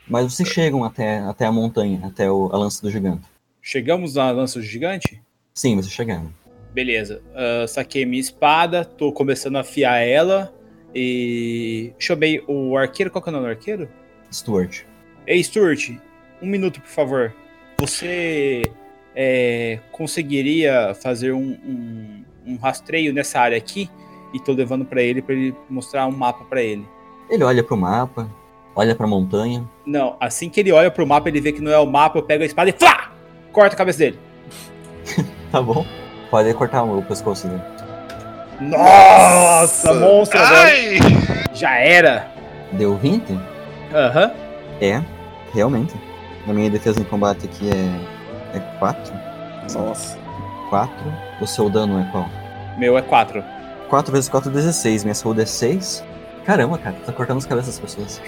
S5: Mas vocês chegam até, até a montanha, até o- a lança do gigante.
S3: Chegamos na lança do gigante?
S5: Sim, vocês chegaram.
S3: Beleza. Ah, saquei minha espada, tô começando a afiar ela. E chamei o arqueiro. Qual que é o nome do arqueiro?
S5: Stuart.
S3: Ei, Stuart, um minuto, por favor. Você é, conseguiria fazer um, um- um rastreio nessa área aqui? E tô levando pra ele pra ele mostrar um mapa pra ele.
S5: Ele olha pro mapa, olha pra montanha.
S3: Não, assim que ele olha pro mapa, ele vê que não é o mapa, eu pego a espada e flá! Corta a cabeça dele.
S5: Tá bom? Pode cortar o pescoço dele.
S3: Nossa, monstro! agora
S6: Ai!
S3: Já era!
S5: Deu 20?
S3: Aham.
S5: É, realmente. A minha defesa em combate aqui é, é 4.
S4: Nossa.
S5: 4. O seu dano é qual?
S3: Meu é 4.
S5: 4 vezes 4 é 16. Minha saúde é 6. Caramba, cara, tá cortando as cabeças das pessoas.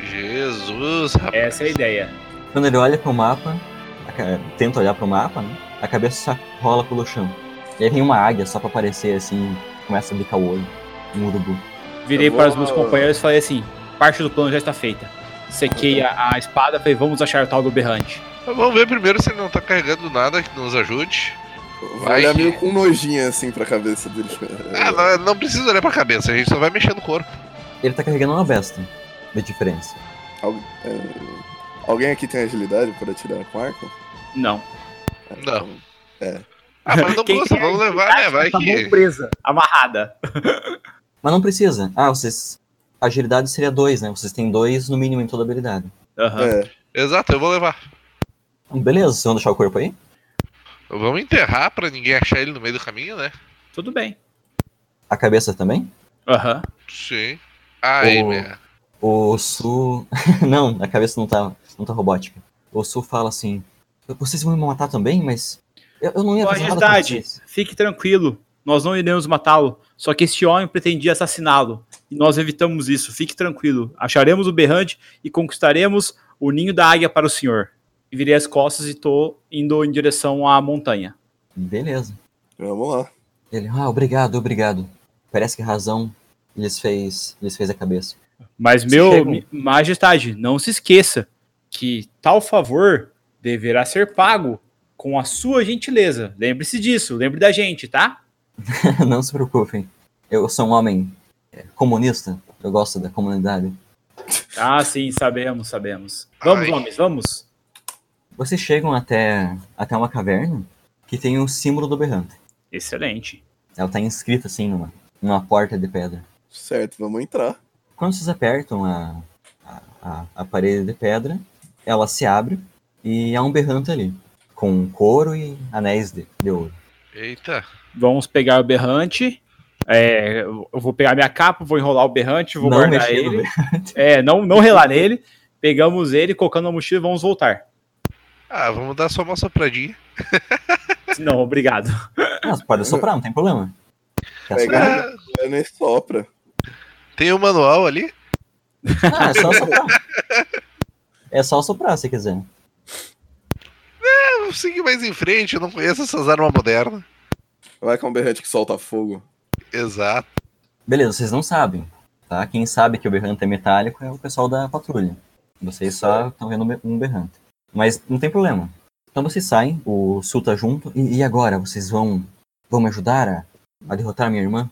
S6: Jesus, rapaz.
S3: Essa é a ideia.
S5: Quando ele olha pro mapa, a ca- tenta olhar pro mapa, né? A cabeça só rola pelo chão. E aí vem uma águia só pra aparecer assim, começa a bicar o olho. Um urubu.
S3: Virei
S4: Eu vou-
S3: para os meus companheiros e falei assim: parte do plano já está feita. Sequei a, a espada, falei: vamos achar o tal do berrante.
S6: Mas Vamos ver primeiro se ele não tá carregando nada que nos ajude.
S4: Vai
S6: Vai
S4: olhar
S6: que-
S4: meio com nojinha assim pra cabeça dele.
S6: Ah, não, não precisa olhar pra cabeça, a gente só vai mexer no corpo.
S5: Ele tá carregando uma vesta de diferença.
S4: É, Alguém aqui tem agilidade para atirar com arco?
S3: Não.
S6: Não.
S4: É.
S6: Ah, mas não custa, vamos levar, né? Vai
S3: tá
S6: que.
S3: presa, amarrada.
S5: Mas não precisa. Ah, vocês. Agilidade seria 2, né? Vocês têm 2 no mínimo em toda habilidade. Então,
S3: Aham.
S4: É.
S6: Exato, eu vou levar.
S5: Beleza, vocês vão deixar o corpo aí?
S6: Vamos enterrar pra ninguém achar ele no meio do caminho, né?
S3: Tudo bem.
S5: A cabeça também?
S3: Aham.
S6: Sim. Ai,
S5: O-
S6: minha.
S5: O Su. não, a cabeça não tá, não tá robótica. O Su fala assim: Vocês vão me matar também, mas. Eu, eu não ia
S3: Sua
S5: fazer nada com
S3: Majestade,
S5: vocês."
S3: fique tranquilo. Nós não iremos matá-lo. Só que este homem pretendia assassiná-lo. E nós evitamos isso. Fique tranquilo. Acharemos o berrante e conquistaremos o ninho da águia para o senhor. Virei as costas e tô indo em direção à montanha.
S5: Beleza.
S4: Vamos lá.
S5: Ele, ah, obrigado, obrigado. Parece que a razão lhes fez, lhes fez a cabeça.
S3: Mas,
S5: Se
S3: meu,
S5: chegam.
S3: mi- majestade, não se esqueça que tal favor deverá ser pago com a sua gentileza. Lembre-se disso, lembre da gente, tá?
S5: Não se preocupem. Eu sou um homem é, comunista. Eu gosto da comunidade.
S3: Ah, sim, sabemos, sabemos. Vamos,
S6: Ai.
S3: homens, vamos.
S5: Vocês chegam até, até uma caverna que tem o símbolo do berrante.
S3: Excelente.
S5: Ela tá inscrita assim numa, numa porta de pedra.
S4: Certo, vamos entrar.
S5: Quando vocês apertam a, a, a- a parede de pedra, ela se abre e há um berrante ali, com um couro e anéis de, de ouro.
S6: Eita.
S3: Vamos pegar o berrante. É, eu vou pegar minha capa, vou enrolar o berrante, vou guardar
S5: mexer no
S3: ele.
S5: berrante.
S3: É, não, não relar nele. Pegamos ele, colocando na mochila e vamos voltar.
S6: Ah, vamos dar só uma sopradinha.
S3: Não, obrigado.
S5: Mas pode soprar, não tem problema. Quer
S4: Pega.
S5: soprar?
S6: Ah,
S4: É nem sopra.
S6: tem o manual ali?
S5: Ah, é só soprar. É só soprar se quiser.
S6: Eu sigo mais em frente, eu não conheço essas armas modernas.
S4: Vai com um berrete que solta fogo.
S6: Exato.
S5: Beleza, vocês não sabem, tá? Quem sabe que o berrante é metálico é o pessoal da patrulha. Vocês só estão vendo um be- um berrante. Mas não tem problema. Então vocês saem, o Sul tá junto. E, e agora? Vocês vão, vão me ajudar a, a derrotar minha irmã?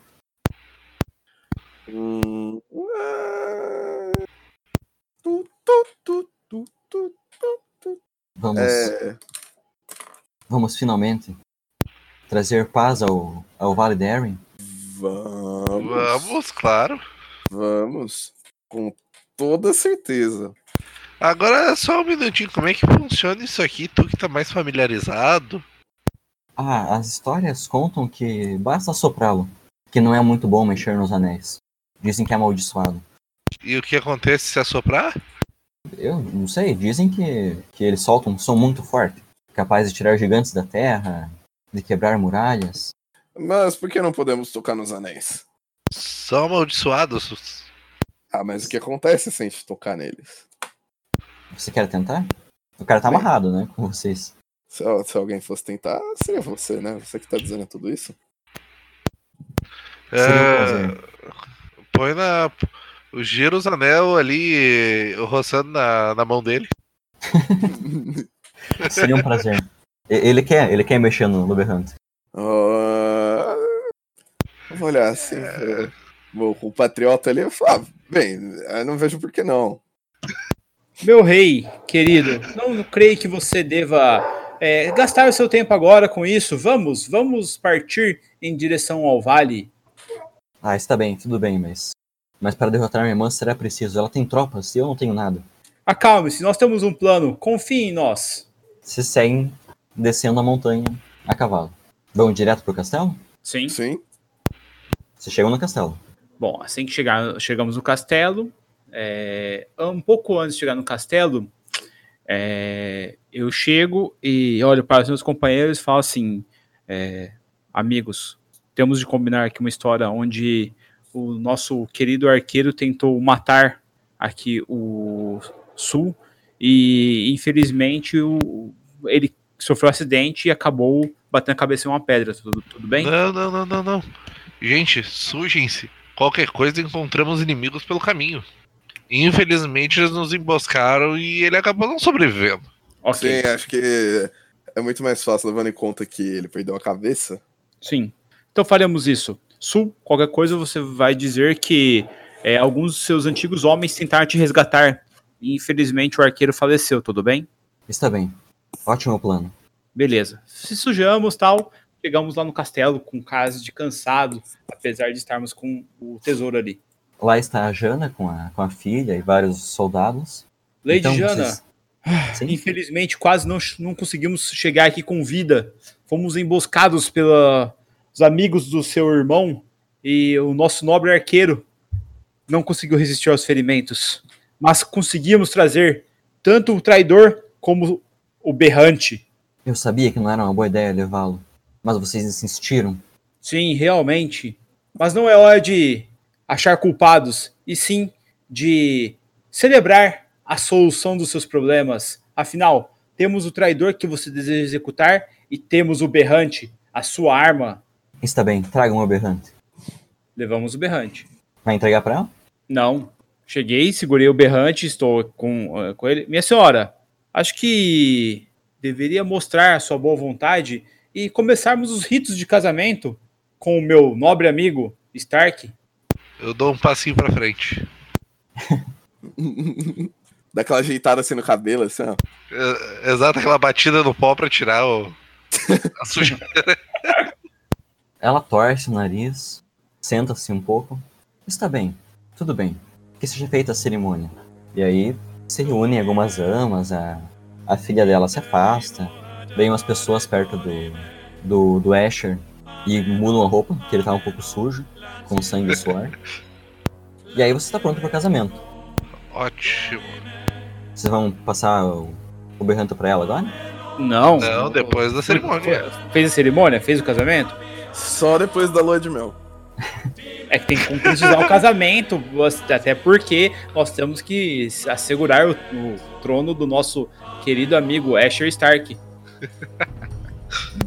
S4: Hum. Ah. Tu, tu, tu, tu, tu.
S5: Vamos,
S4: É,
S5: vamos finalmente trazer paz ao, ao Vale de Erin?
S4: vamos.
S6: Vamos, claro.
S4: Vamos. Com toda certeza.
S6: Agora só um minutinho, como é que funciona isso aqui? Tu que tá mais familiarizado.
S5: Ah, as histórias contam que basta soprá-lo, que não é muito bom mexer nos anéis. Dizem que é amaldiçoado.
S6: E o que acontece se assoprar?
S5: Eu não sei, dizem que, que ele solta um som muito forte, capaz de tirar gigantes da terra, de quebrar muralhas.
S4: Mas por que não podemos tocar nos anéis?
S6: Só amaldiçoados.
S4: Ah, mas o que acontece se a gente tocar neles?
S5: Você quer tentar? O cara tá
S4: Bem.
S5: amarrado, né, com vocês.
S4: Se, al- se alguém fosse tentar, seria você, né? Você que tá dizendo tudo isso.
S5: Seria um
S6: Ah,
S5: prazer.
S6: Põe na. O gira os anel ali, eh, roçando na, na mão dele.
S5: Seria um prazer. E- Ele quer, ele quer mexer no, no berrante.
S4: Ah, Vou olhar assim. é, Meu compatriota ali, eu falo, ah, bem, eu não vejo por que não.
S3: Meu rei, querido, não creio que você deva é, gastar o seu tempo agora com isso. Vamos, vamos partir em direção ao vale.
S5: Ah, está bem, tudo bem, mas. Mas para derrotar minha irmã será preciso. Ela tem tropas e eu não tenho nada.
S3: Acalme-se, nós temos um plano. Confie em nós.
S5: Vocês seguem descendo a montanha a cavalo. Vão direto pro castelo?
S3: Sim.
S4: Sim.
S5: Vocês chegam no castelo.
S3: Bom, assim que chegar, chegamos no castelo, é, um pouco antes de chegar no castelo, é, eu chego e olho para os meus companheiros e falo assim: é, amigos, temos de combinar aqui uma história onde o nosso querido arqueiro tentou matar aqui o Sul e infelizmente o- ele sofreu um acidente e acabou batendo a cabeça em uma pedra. Tudo, tudo bem?
S6: Não, não, não, não, não. Gente, sujem-se. Qualquer coisa encontramos inimigos pelo caminho. Infelizmente eles nos emboscaram e ele acabou não sobrevivendo.
S3: Ok.
S4: Sim, acho que é muito mais fácil levando em conta que ele perdeu a cabeça.
S3: Sim. Então faremos isso. Sul, qualquer coisa você vai dizer que é, alguns dos seus antigos homens tentaram te resgatar. E infelizmente o arqueiro faleceu, tudo bem?
S5: Está bem. Ótimo plano.
S3: Beleza. Se sujamos tal, chegamos lá no castelo com caras de cansado, apesar de estarmos com o tesouro ali.
S5: Lá está a Jana com a, com a filha e vários soldados.
S3: Lady
S5: Então,
S3: Jana,
S5: vocês- Sim,
S3: infelizmente quase não, não conseguimos chegar aqui com vida. Fomos emboscados pelos amigos do seu irmão e o nosso nobre arqueiro não conseguiu resistir aos ferimentos. Mas conseguimos trazer tanto o traidor como o berrante.
S5: eu sabia que não era uma boa ideia levá-lo. Mas vocês insistiram.
S3: Sim, realmente. Mas não é hora de achar culpados, e sim de celebrar a solução dos seus problemas. Afinal, temos o traidor que você deseja executar e temos o berrante, a sua arma.
S5: Está bem, tragam o berrante.
S3: Levamos o berrante.
S5: Vai entregar para ela?
S3: Não. Cheguei, segurei o berrante, estou com, eh, com ele. Minha senhora, acho que deveria mostrar a sua boa vontade e começarmos os ritos de casamento com o meu nobre amigo Stark.
S6: Eu dou um passinho pra frente.
S4: Dá aquela ajeitada assim no cabelo, assim, ó.
S6: É, Exato, aquela batida no pó pra tirar o. A suja...
S5: Ela torce o nariz, senta-se um pouco. Está bem, tudo bem. Que seja feita a cerimônia. E aí se reúnem algumas amas, a, a filha dela se afasta, vem umas pessoas perto do, do, do Asher e mudam a roupa, que ele tá um pouco sujo, com sangue e suor. E aí você tá pronto para casamento.
S6: Ótimo.
S5: Vocês vão passar o, o berranto para ela agora?
S3: Não.
S6: Não, depois da cerimônia.
S3: Foi- Fez a cerimônia? Fez o casamento?
S4: Só depois da lua de mel.
S3: É que tem que concretizar o casamento, até porque nós temos que assegurar o, o trono do nosso querido amigo Asher Stark.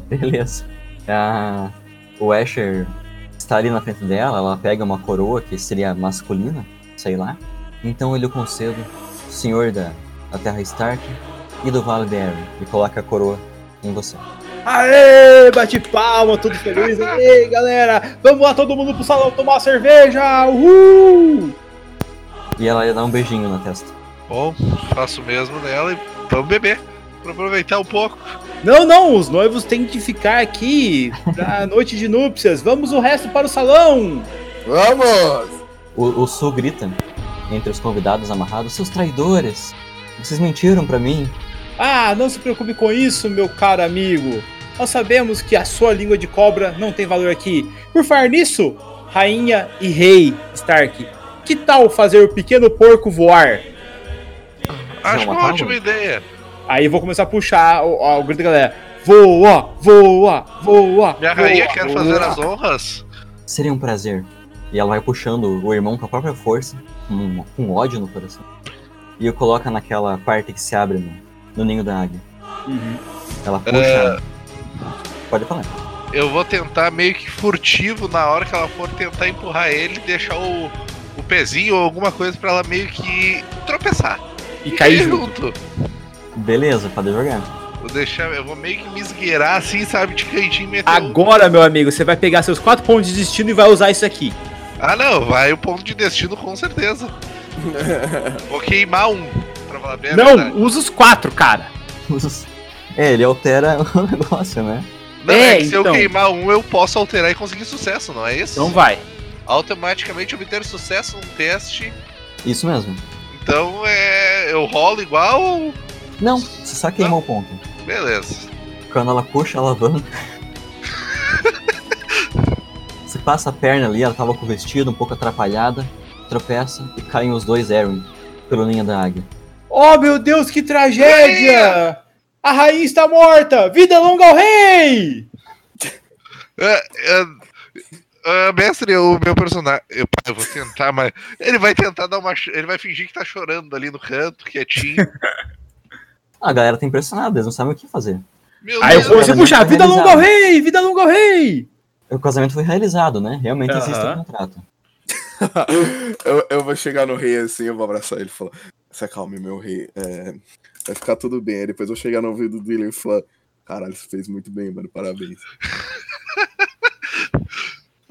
S5: Beleza. A- o Asher está ali na frente dela, ela pega uma coroa que seria masculina, sei lá. Então ele o concedo, senhor da, da Terra Stark e do Vale de Eren, e coloca a coroa em você.
S3: Aê, bate palma, todo feliz. Aê, galera, vamos lá todo mundo pro salão tomar cerveja. Uhul!
S5: E ela ia dar um beijinho na testa.
S6: Bom, faço o mesmo nela e vamos beber. Pra aproveitar um pouco.
S3: Não, não, os noivos têm que ficar aqui pra noite de núpcias. Vamos o resto para o salão.
S4: Vamos!
S5: O, o Su grita entre os convidados amarrados, seus traidores! Vocês mentiram pra mim?
S3: Ah, não se preocupe com isso, meu caro amigo. Nós sabemos que a sua língua de cobra não tem valor aqui. Por falar nisso, rainha e rei Stark, que tal fazer o pequeno porco voar?
S6: Acho
S5: Não,
S6: uma
S5: matar,
S6: ótima
S5: mano.
S6: ideia.
S3: Aí eu vou começar a puxar o, o grito da galera. Voa, voa, voa.
S6: Minha
S3: voa,
S6: rainha quer
S3: voa.
S6: fazer as honras.
S5: Seria um prazer. E ela vai puxando o irmão com a própria força, com, com ódio no coração. E o coloca naquela parte que se abre no, no ninho da águia.
S3: Uhum.
S5: Ela puxa. Pode falar.
S6: Eu vou tentar meio que furtivo na hora que ela for tentar empurrar ele, deixar o, o pezinho ou alguma coisa pra ela meio que tropeçar.
S3: E cair junto.
S6: junto.
S5: Beleza, pode jogar.
S6: Vou deixar, eu vou meio que me esgueirar assim, sabe? De cantinho e meter o-
S3: Agora, meu amigo, você vai pegar seus quatro pontos de destino e vai usar isso aqui.
S6: Ah, não, vai o ponto de destino com certeza. vou queimar um, pra falar bem a verdade.
S3: Não, usa os quatro, cara.
S5: É, ele altera o negócio, né?
S6: Não,
S3: É,
S6: é, que se
S3: então.
S6: eu queimar um, eu posso alterar e conseguir sucesso, não é isso?
S3: Então vai.
S6: Automaticamente obter sucesso num teste.
S5: Isso mesmo.
S6: Então é. Eu rolo igual. ou-
S5: Não, você só queimou o ponto.
S6: Beleza.
S5: Quando ela puxa a alavanca. você passa a perna ali, ela tava com o vestido um pouco atrapalhada, tropeça e caem os dois Aaron pela linha da águia.
S3: Oh, meu Deus, que tragédia! A rainha está morta! Vida longa ao rei!
S6: Ah, ah, ah, mestre, o meu personagem. Eu, pá, eu vou tentar, mas. Ele vai tentar dar uma. cho- Ele vai fingir que tá chorando ali no canto, quietinho.
S5: A galera tá impressionada, eles não sabem o que fazer.
S6: Meu
S3: Aí eu
S5: vou-
S3: você puxar, vida longa ao rei! Vida longa ao rei!
S5: O casamento foi realizado, né? Realmente existe
S3: Aham.
S5: um contrato.
S4: eu, eu vou chegar no rei assim, eu vou abraçar ele e falar: Se acalme, meu rei. é, vai ficar tudo bem. Aí depois eu vou chegar no ouvido dele e falar: Caralho, você fez muito bem, mano. Parabéns.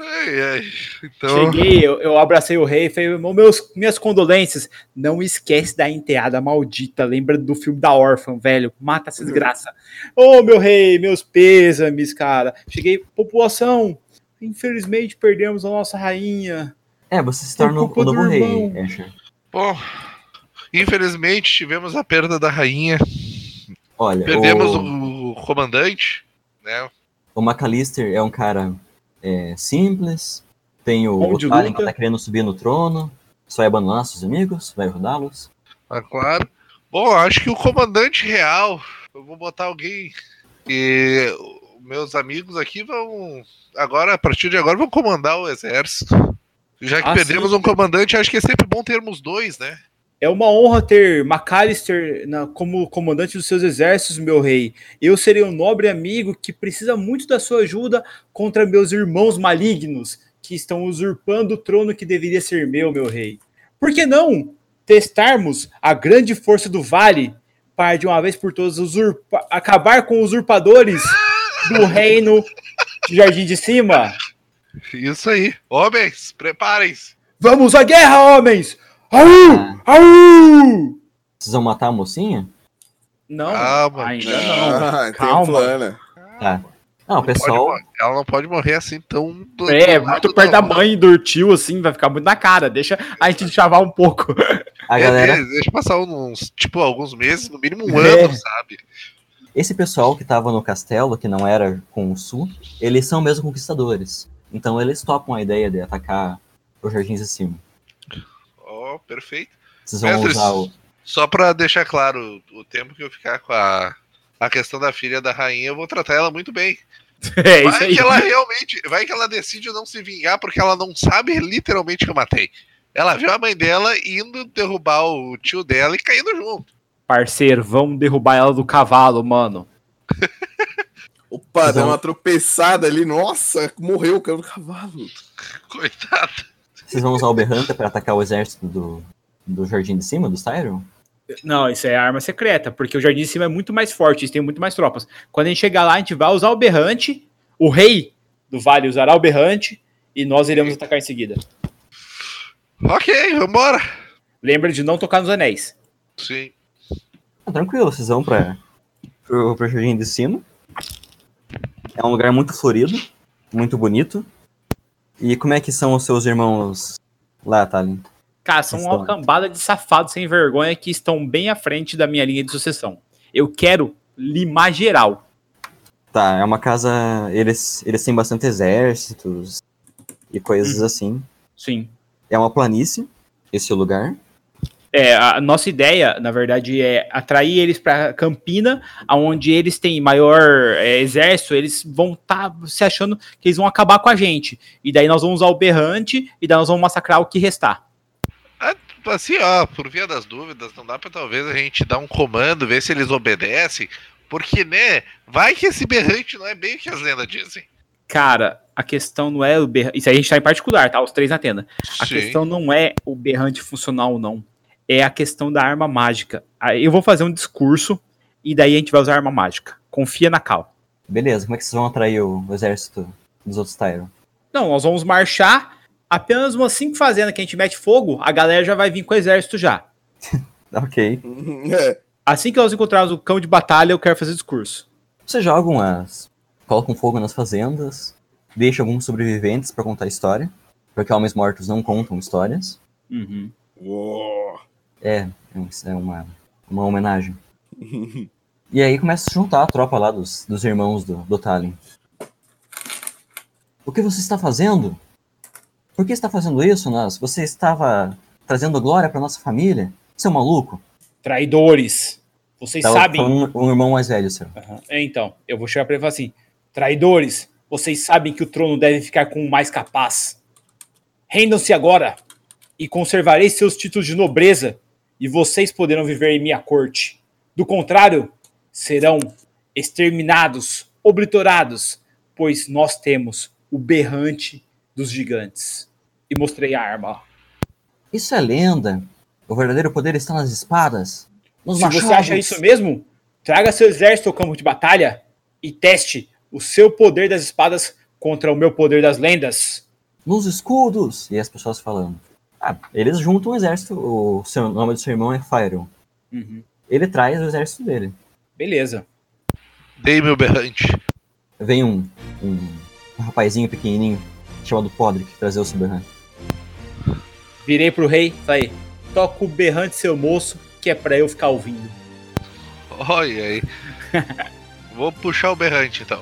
S6: Ai, ai. Então.
S3: Cheguei, eu, eu abracei o rei e falei, "Irmão, meus, minhas condolências. Não esquece da enteada maldita, lembra do filme da órfã, velho. Mata essa desgraça. Ô, meu rei, meus pêsames, cara. Cheguei, população, infelizmente perdemos a nossa rainha.
S5: É, você se torna
S3: Por
S5: o
S3: culpa
S5: novo
S3: do
S5: rei,
S3: irmão.
S5: Asher.
S6: Bom. Infelizmente tivemos a perda da rainha.
S5: Olha,
S6: Perdemos
S5: o...
S6: o comandante, né?
S5: O McAllister é um cara é, simples, tem o
S3: Bom de
S5: Otalen
S3: luta.
S5: que tá querendo subir no trono, só é abandonar seus amigos, vai rodá-los.
S6: Ah, claro. Bom, acho que o comandante real. Eu vou botar alguém. E o- meus amigos aqui vão. Agora, a partir de agora, vão comandar o exército. Já que
S3: Ah,
S6: perdemos um comandante, acho que é sempre bom termos dois, né?
S3: É uma honra ter McAllister na- como comandante dos seus exércitos, meu rei. Eu serei um nobre amigo que precisa muito da sua ajuda contra meus irmãos malignos que estão usurpando o trono que deveria ser meu, meu rei. Por que não testarmos a grande força do vale para de uma vez por todas usurpa- acabar com usurpadores do reino de Jardim de Cima?
S6: Isso aí. Homens, preparem-se.
S3: Vamos à guerra, homens! Aú! Aú!
S5: Precisam matar a mocinha?
S3: Não,
S6: Calma,
S3: ainda não.
S4: Ah, tem
S3: calma.
S4: plana.
S5: Tá. Ah, o
S6: Pode
S5: pessoal.
S6: mor- ela não pode morrer assim tão. do-
S3: É, muito
S6: do lado,
S3: perto da
S6: não.
S3: mãe do tio, assim, vai ficar muito na cara. Deixa a gente chavar um pouco.
S5: A
S6: É,
S5: galera.
S6: de- deixa passar uns, tipo, alguns meses, no mínimo um
S3: É.
S6: ano, sabe?
S5: Esse pessoal que tava no castelo, que não era com o sul, eles são mesmo conquistadores. Então eles topam a ideia de atacar os jardins acima.
S6: Ó, perfeito.
S5: Vocês vão
S6: Mestres.
S5: usar o.
S6: Só pra deixar claro, o tempo que eu ficar com a, a questão da filha da rainha, eu vou tratar ela muito bem.
S3: É isso
S6: Vai
S3: aí.
S6: que ela realmente, vai que ela decide não se vingar porque ela não sabe literalmente que eu matei. Ela viu a mãe dela indo derrubar o tio dela e caindo junto.
S3: Parceiro, vão derrubar ela do cavalo, mano.
S4: Opa, deu
S5: Não.
S4: uma tropeçada ali. Nossa, morreu o cara do cavalo.
S6: Coitado.
S5: Vocês vão usar o Berranta para atacar o exército do, do jardim de cima, dos Tyron?
S3: Não, isso é arma secreta, porque o Jardim de Cima é muito mais forte, eles têm muito mais tropas. Quando a gente chegar lá, a gente vai usar o berrante, o rei do vale usará o berrante, e nós iremos atacar em seguida.
S6: Ok, vambora.
S3: Lembra de não tocar nos anéis.
S6: Sim.
S5: Ah, tranquilo, vocês vão pra, pro, pro jardim de cima. É um lugar muito florido, muito bonito. E como é que são os seus irmãos lá, Thalin?
S3: Cara, são uma
S5: Excelente.
S3: cambada de safados sem vergonha que estão bem à frente da minha linha de sucessão. Eu quero limar geral.
S5: Tá, é uma casa. Eles, eles têm bastante exércitos e coisas assim.
S3: Sim.
S5: É uma planície, esse lugar.
S3: É, a nossa ideia, na verdade, é atrair eles para Campina, onde eles têm maior é, exército, eles vão estar se achando que eles vão acabar com a gente. E daí nós vamos usar o berrante e daí nós vamos massacrar o que restar.
S6: Assim, ó, por via das dúvidas, não dá pra talvez a gente dar um comando, ver se eles obedecem. Porque, né, vai que esse berrante não é bem o que as lendas dizem.
S3: Cara, a questão não é o berrante. Isso aí a gente tá em particular, tá? Os três na tenda. A questão não é o berrante funcional ou não. É a questão da arma mágica. Ah, Eu vou fazer um discurso e daí a gente vai usar arma mágica. Confia na Cal.
S5: Beleza, como é que vocês vão atrair o o exército dos outros Tyron?
S3: Não, nós vamos marchar apenas umas cinco fazendas que a gente mete fogo, a galera já vai vir com o exército já.
S5: Ok.
S4: É,
S3: Assim que nós encontrarmos o cão de batalha, eu quero fazer discurso.
S5: Vocês jogam as. colocam um fogo nas fazendas, deixam alguns sobreviventes pra contar história, porque homens mortos não contam histórias.
S3: Uhum.
S4: uou.
S5: É, é um- é uma, uma homenagem. E aí começa a se juntar a tropa lá dos, dos irmãos do, do Talin. O que você está fazendo? Por que está fazendo isso, nós? Você estava trazendo glória para nossa família? Seu maluco?
S3: Traidores! Vocês
S5: Tava
S3: sabem.
S5: falando um irmão mais velho, seu.
S3: Aham. É, Então, eu vou chegar pra ele e falar assim: traidores, vocês sabem que o trono deve ficar com o mais capaz. Rendam-se agora e conservarei seus títulos de nobreza e vocês poderão viver em minha corte. Do contrário, serão exterminados, obliterados, pois nós temos o berrante dos gigantes. E mostrei a arma.
S5: Isso é lenda. O verdadeiro poder está nas espadas. Nos
S3: Se
S5: machados.
S3: você acha isso mesmo, traga seu exército ao campo de batalha e teste o seu poder das espadas contra o meu poder das lendas.
S5: Nos escudos! E as pessoas falando. Ah, eles juntam o exército. O, seu, o nome do seu irmão é Fyron. Ele traz o exército dele.
S3: Beleza.
S6: Dei meu berrante.
S5: Vem um, um, um rapazinho pequenininho chamado Podrick trazer o Subhan.
S3: Virei pro rei, falei: toca o berrante seu moço, que é pra eu ficar ouvindo.
S6: Olha aí. Vou puxar o berrante então.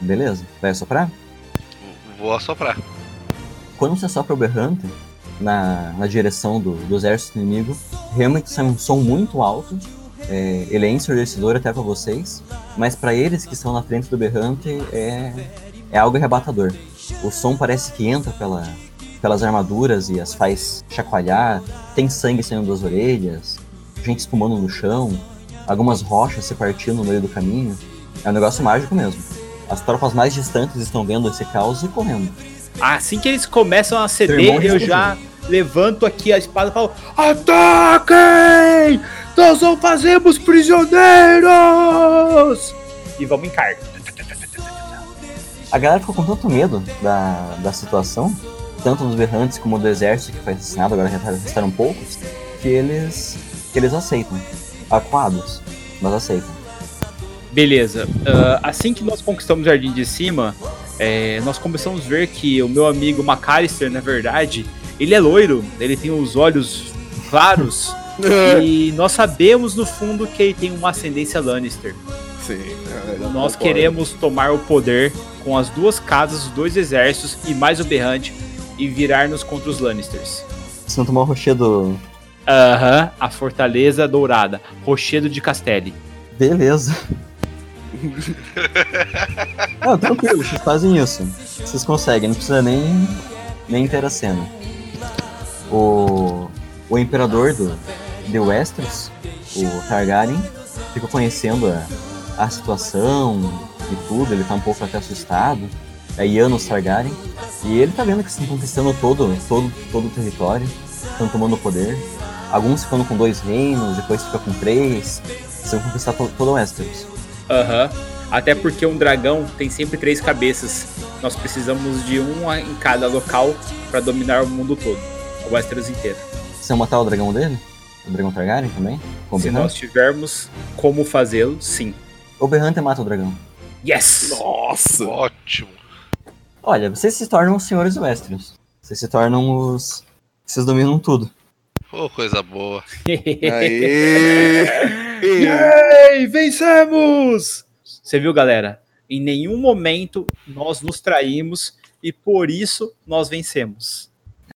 S5: Beleza? Vai soprar?
S6: Vou assoprar.
S5: Quando você sopra o berrante na, na direção do, do exército inimigo, realmente sai um som muito alto. É, ele é ensurdecedor até pra vocês, mas pra eles que estão na frente do berrante é, é algo arrebatador. O som parece que entra pela, pelas armaduras e as faz chacoalhar. Tem sangue saindo das orelhas, gente espumando no chão, algumas rochas se partindo no meio do caminho. É um negócio mágico mesmo. As tropas mais distantes estão vendo esse caos e correndo.
S3: Assim que eles começam a
S5: Seu irmão
S3: ceder, eu
S5: respondeu.
S3: já levanto aqui a espada e falo: Ataquem! Nós não fazemos prisioneiros! E vamos em carga.
S5: A galera ficou com tanto medo da, da situação, tanto dos berrantes como do exército que foi assassinado, agora já restaram poucos, que eles, que eles aceitam. Acuados, mas aceitam.
S3: Beleza. Ah, assim que nós conquistamos o Jardim de Cima, é, nós começamos a ver que o meu amigo McAllister, na verdade, ele é loiro, ele tem os olhos claros. e nós sabemos, no fundo, que ele tem uma ascendência Lannister.
S4: Sim. é,
S3: Nós
S4: concordo.
S3: queremos tomar o poder com as duas casas, os dois exércitos e mais o Berrante e virar-nos contra os Lannisters.
S5: Se não tomar o rochedo,
S3: Aham, a Fortaleza Dourada, Rochedo de Castelli.
S5: beleza. não, tranquilo, vocês fazem isso. Vocês conseguem, não precisa nem, nem ter a cena. O, o imperador do, de Westeros, o Targaryen, ficou conhecendo a, a situação e tudo, ele tá um pouco até assustado. É Yanos Targaryen. E ele tá vendo que estão conquistando todo, todo, todo o território, estão tomando o poder. Alguns ficando com dois reinos, depois fica com três. Eles vão conquistar to, todo o Westeros.
S3: Aham. Até porque um dragão tem sempre três cabeças. Nós precisamos de uma em cada local pra dominar o mundo todo. O Westeros inteiro.
S5: Você vai matar o dragão dele? O dragão Targaryen também? Com o
S3: Se
S5: Berrante?
S3: nós tivermos como fazê-lo, sim.
S5: O Berrante mata o dragão.
S3: Yes!
S4: Nossa!
S6: Ótimo.
S5: Olha, vocês se tornam os senhores do Westeros. Vocês se tornam os... Vocês dominam tudo.
S6: Ô, coisa boa.
S4: Aê!
S3: Yay! Vencemos! Você viu, galera? Em nenhum momento nós nos traímos e por isso nós vencemos.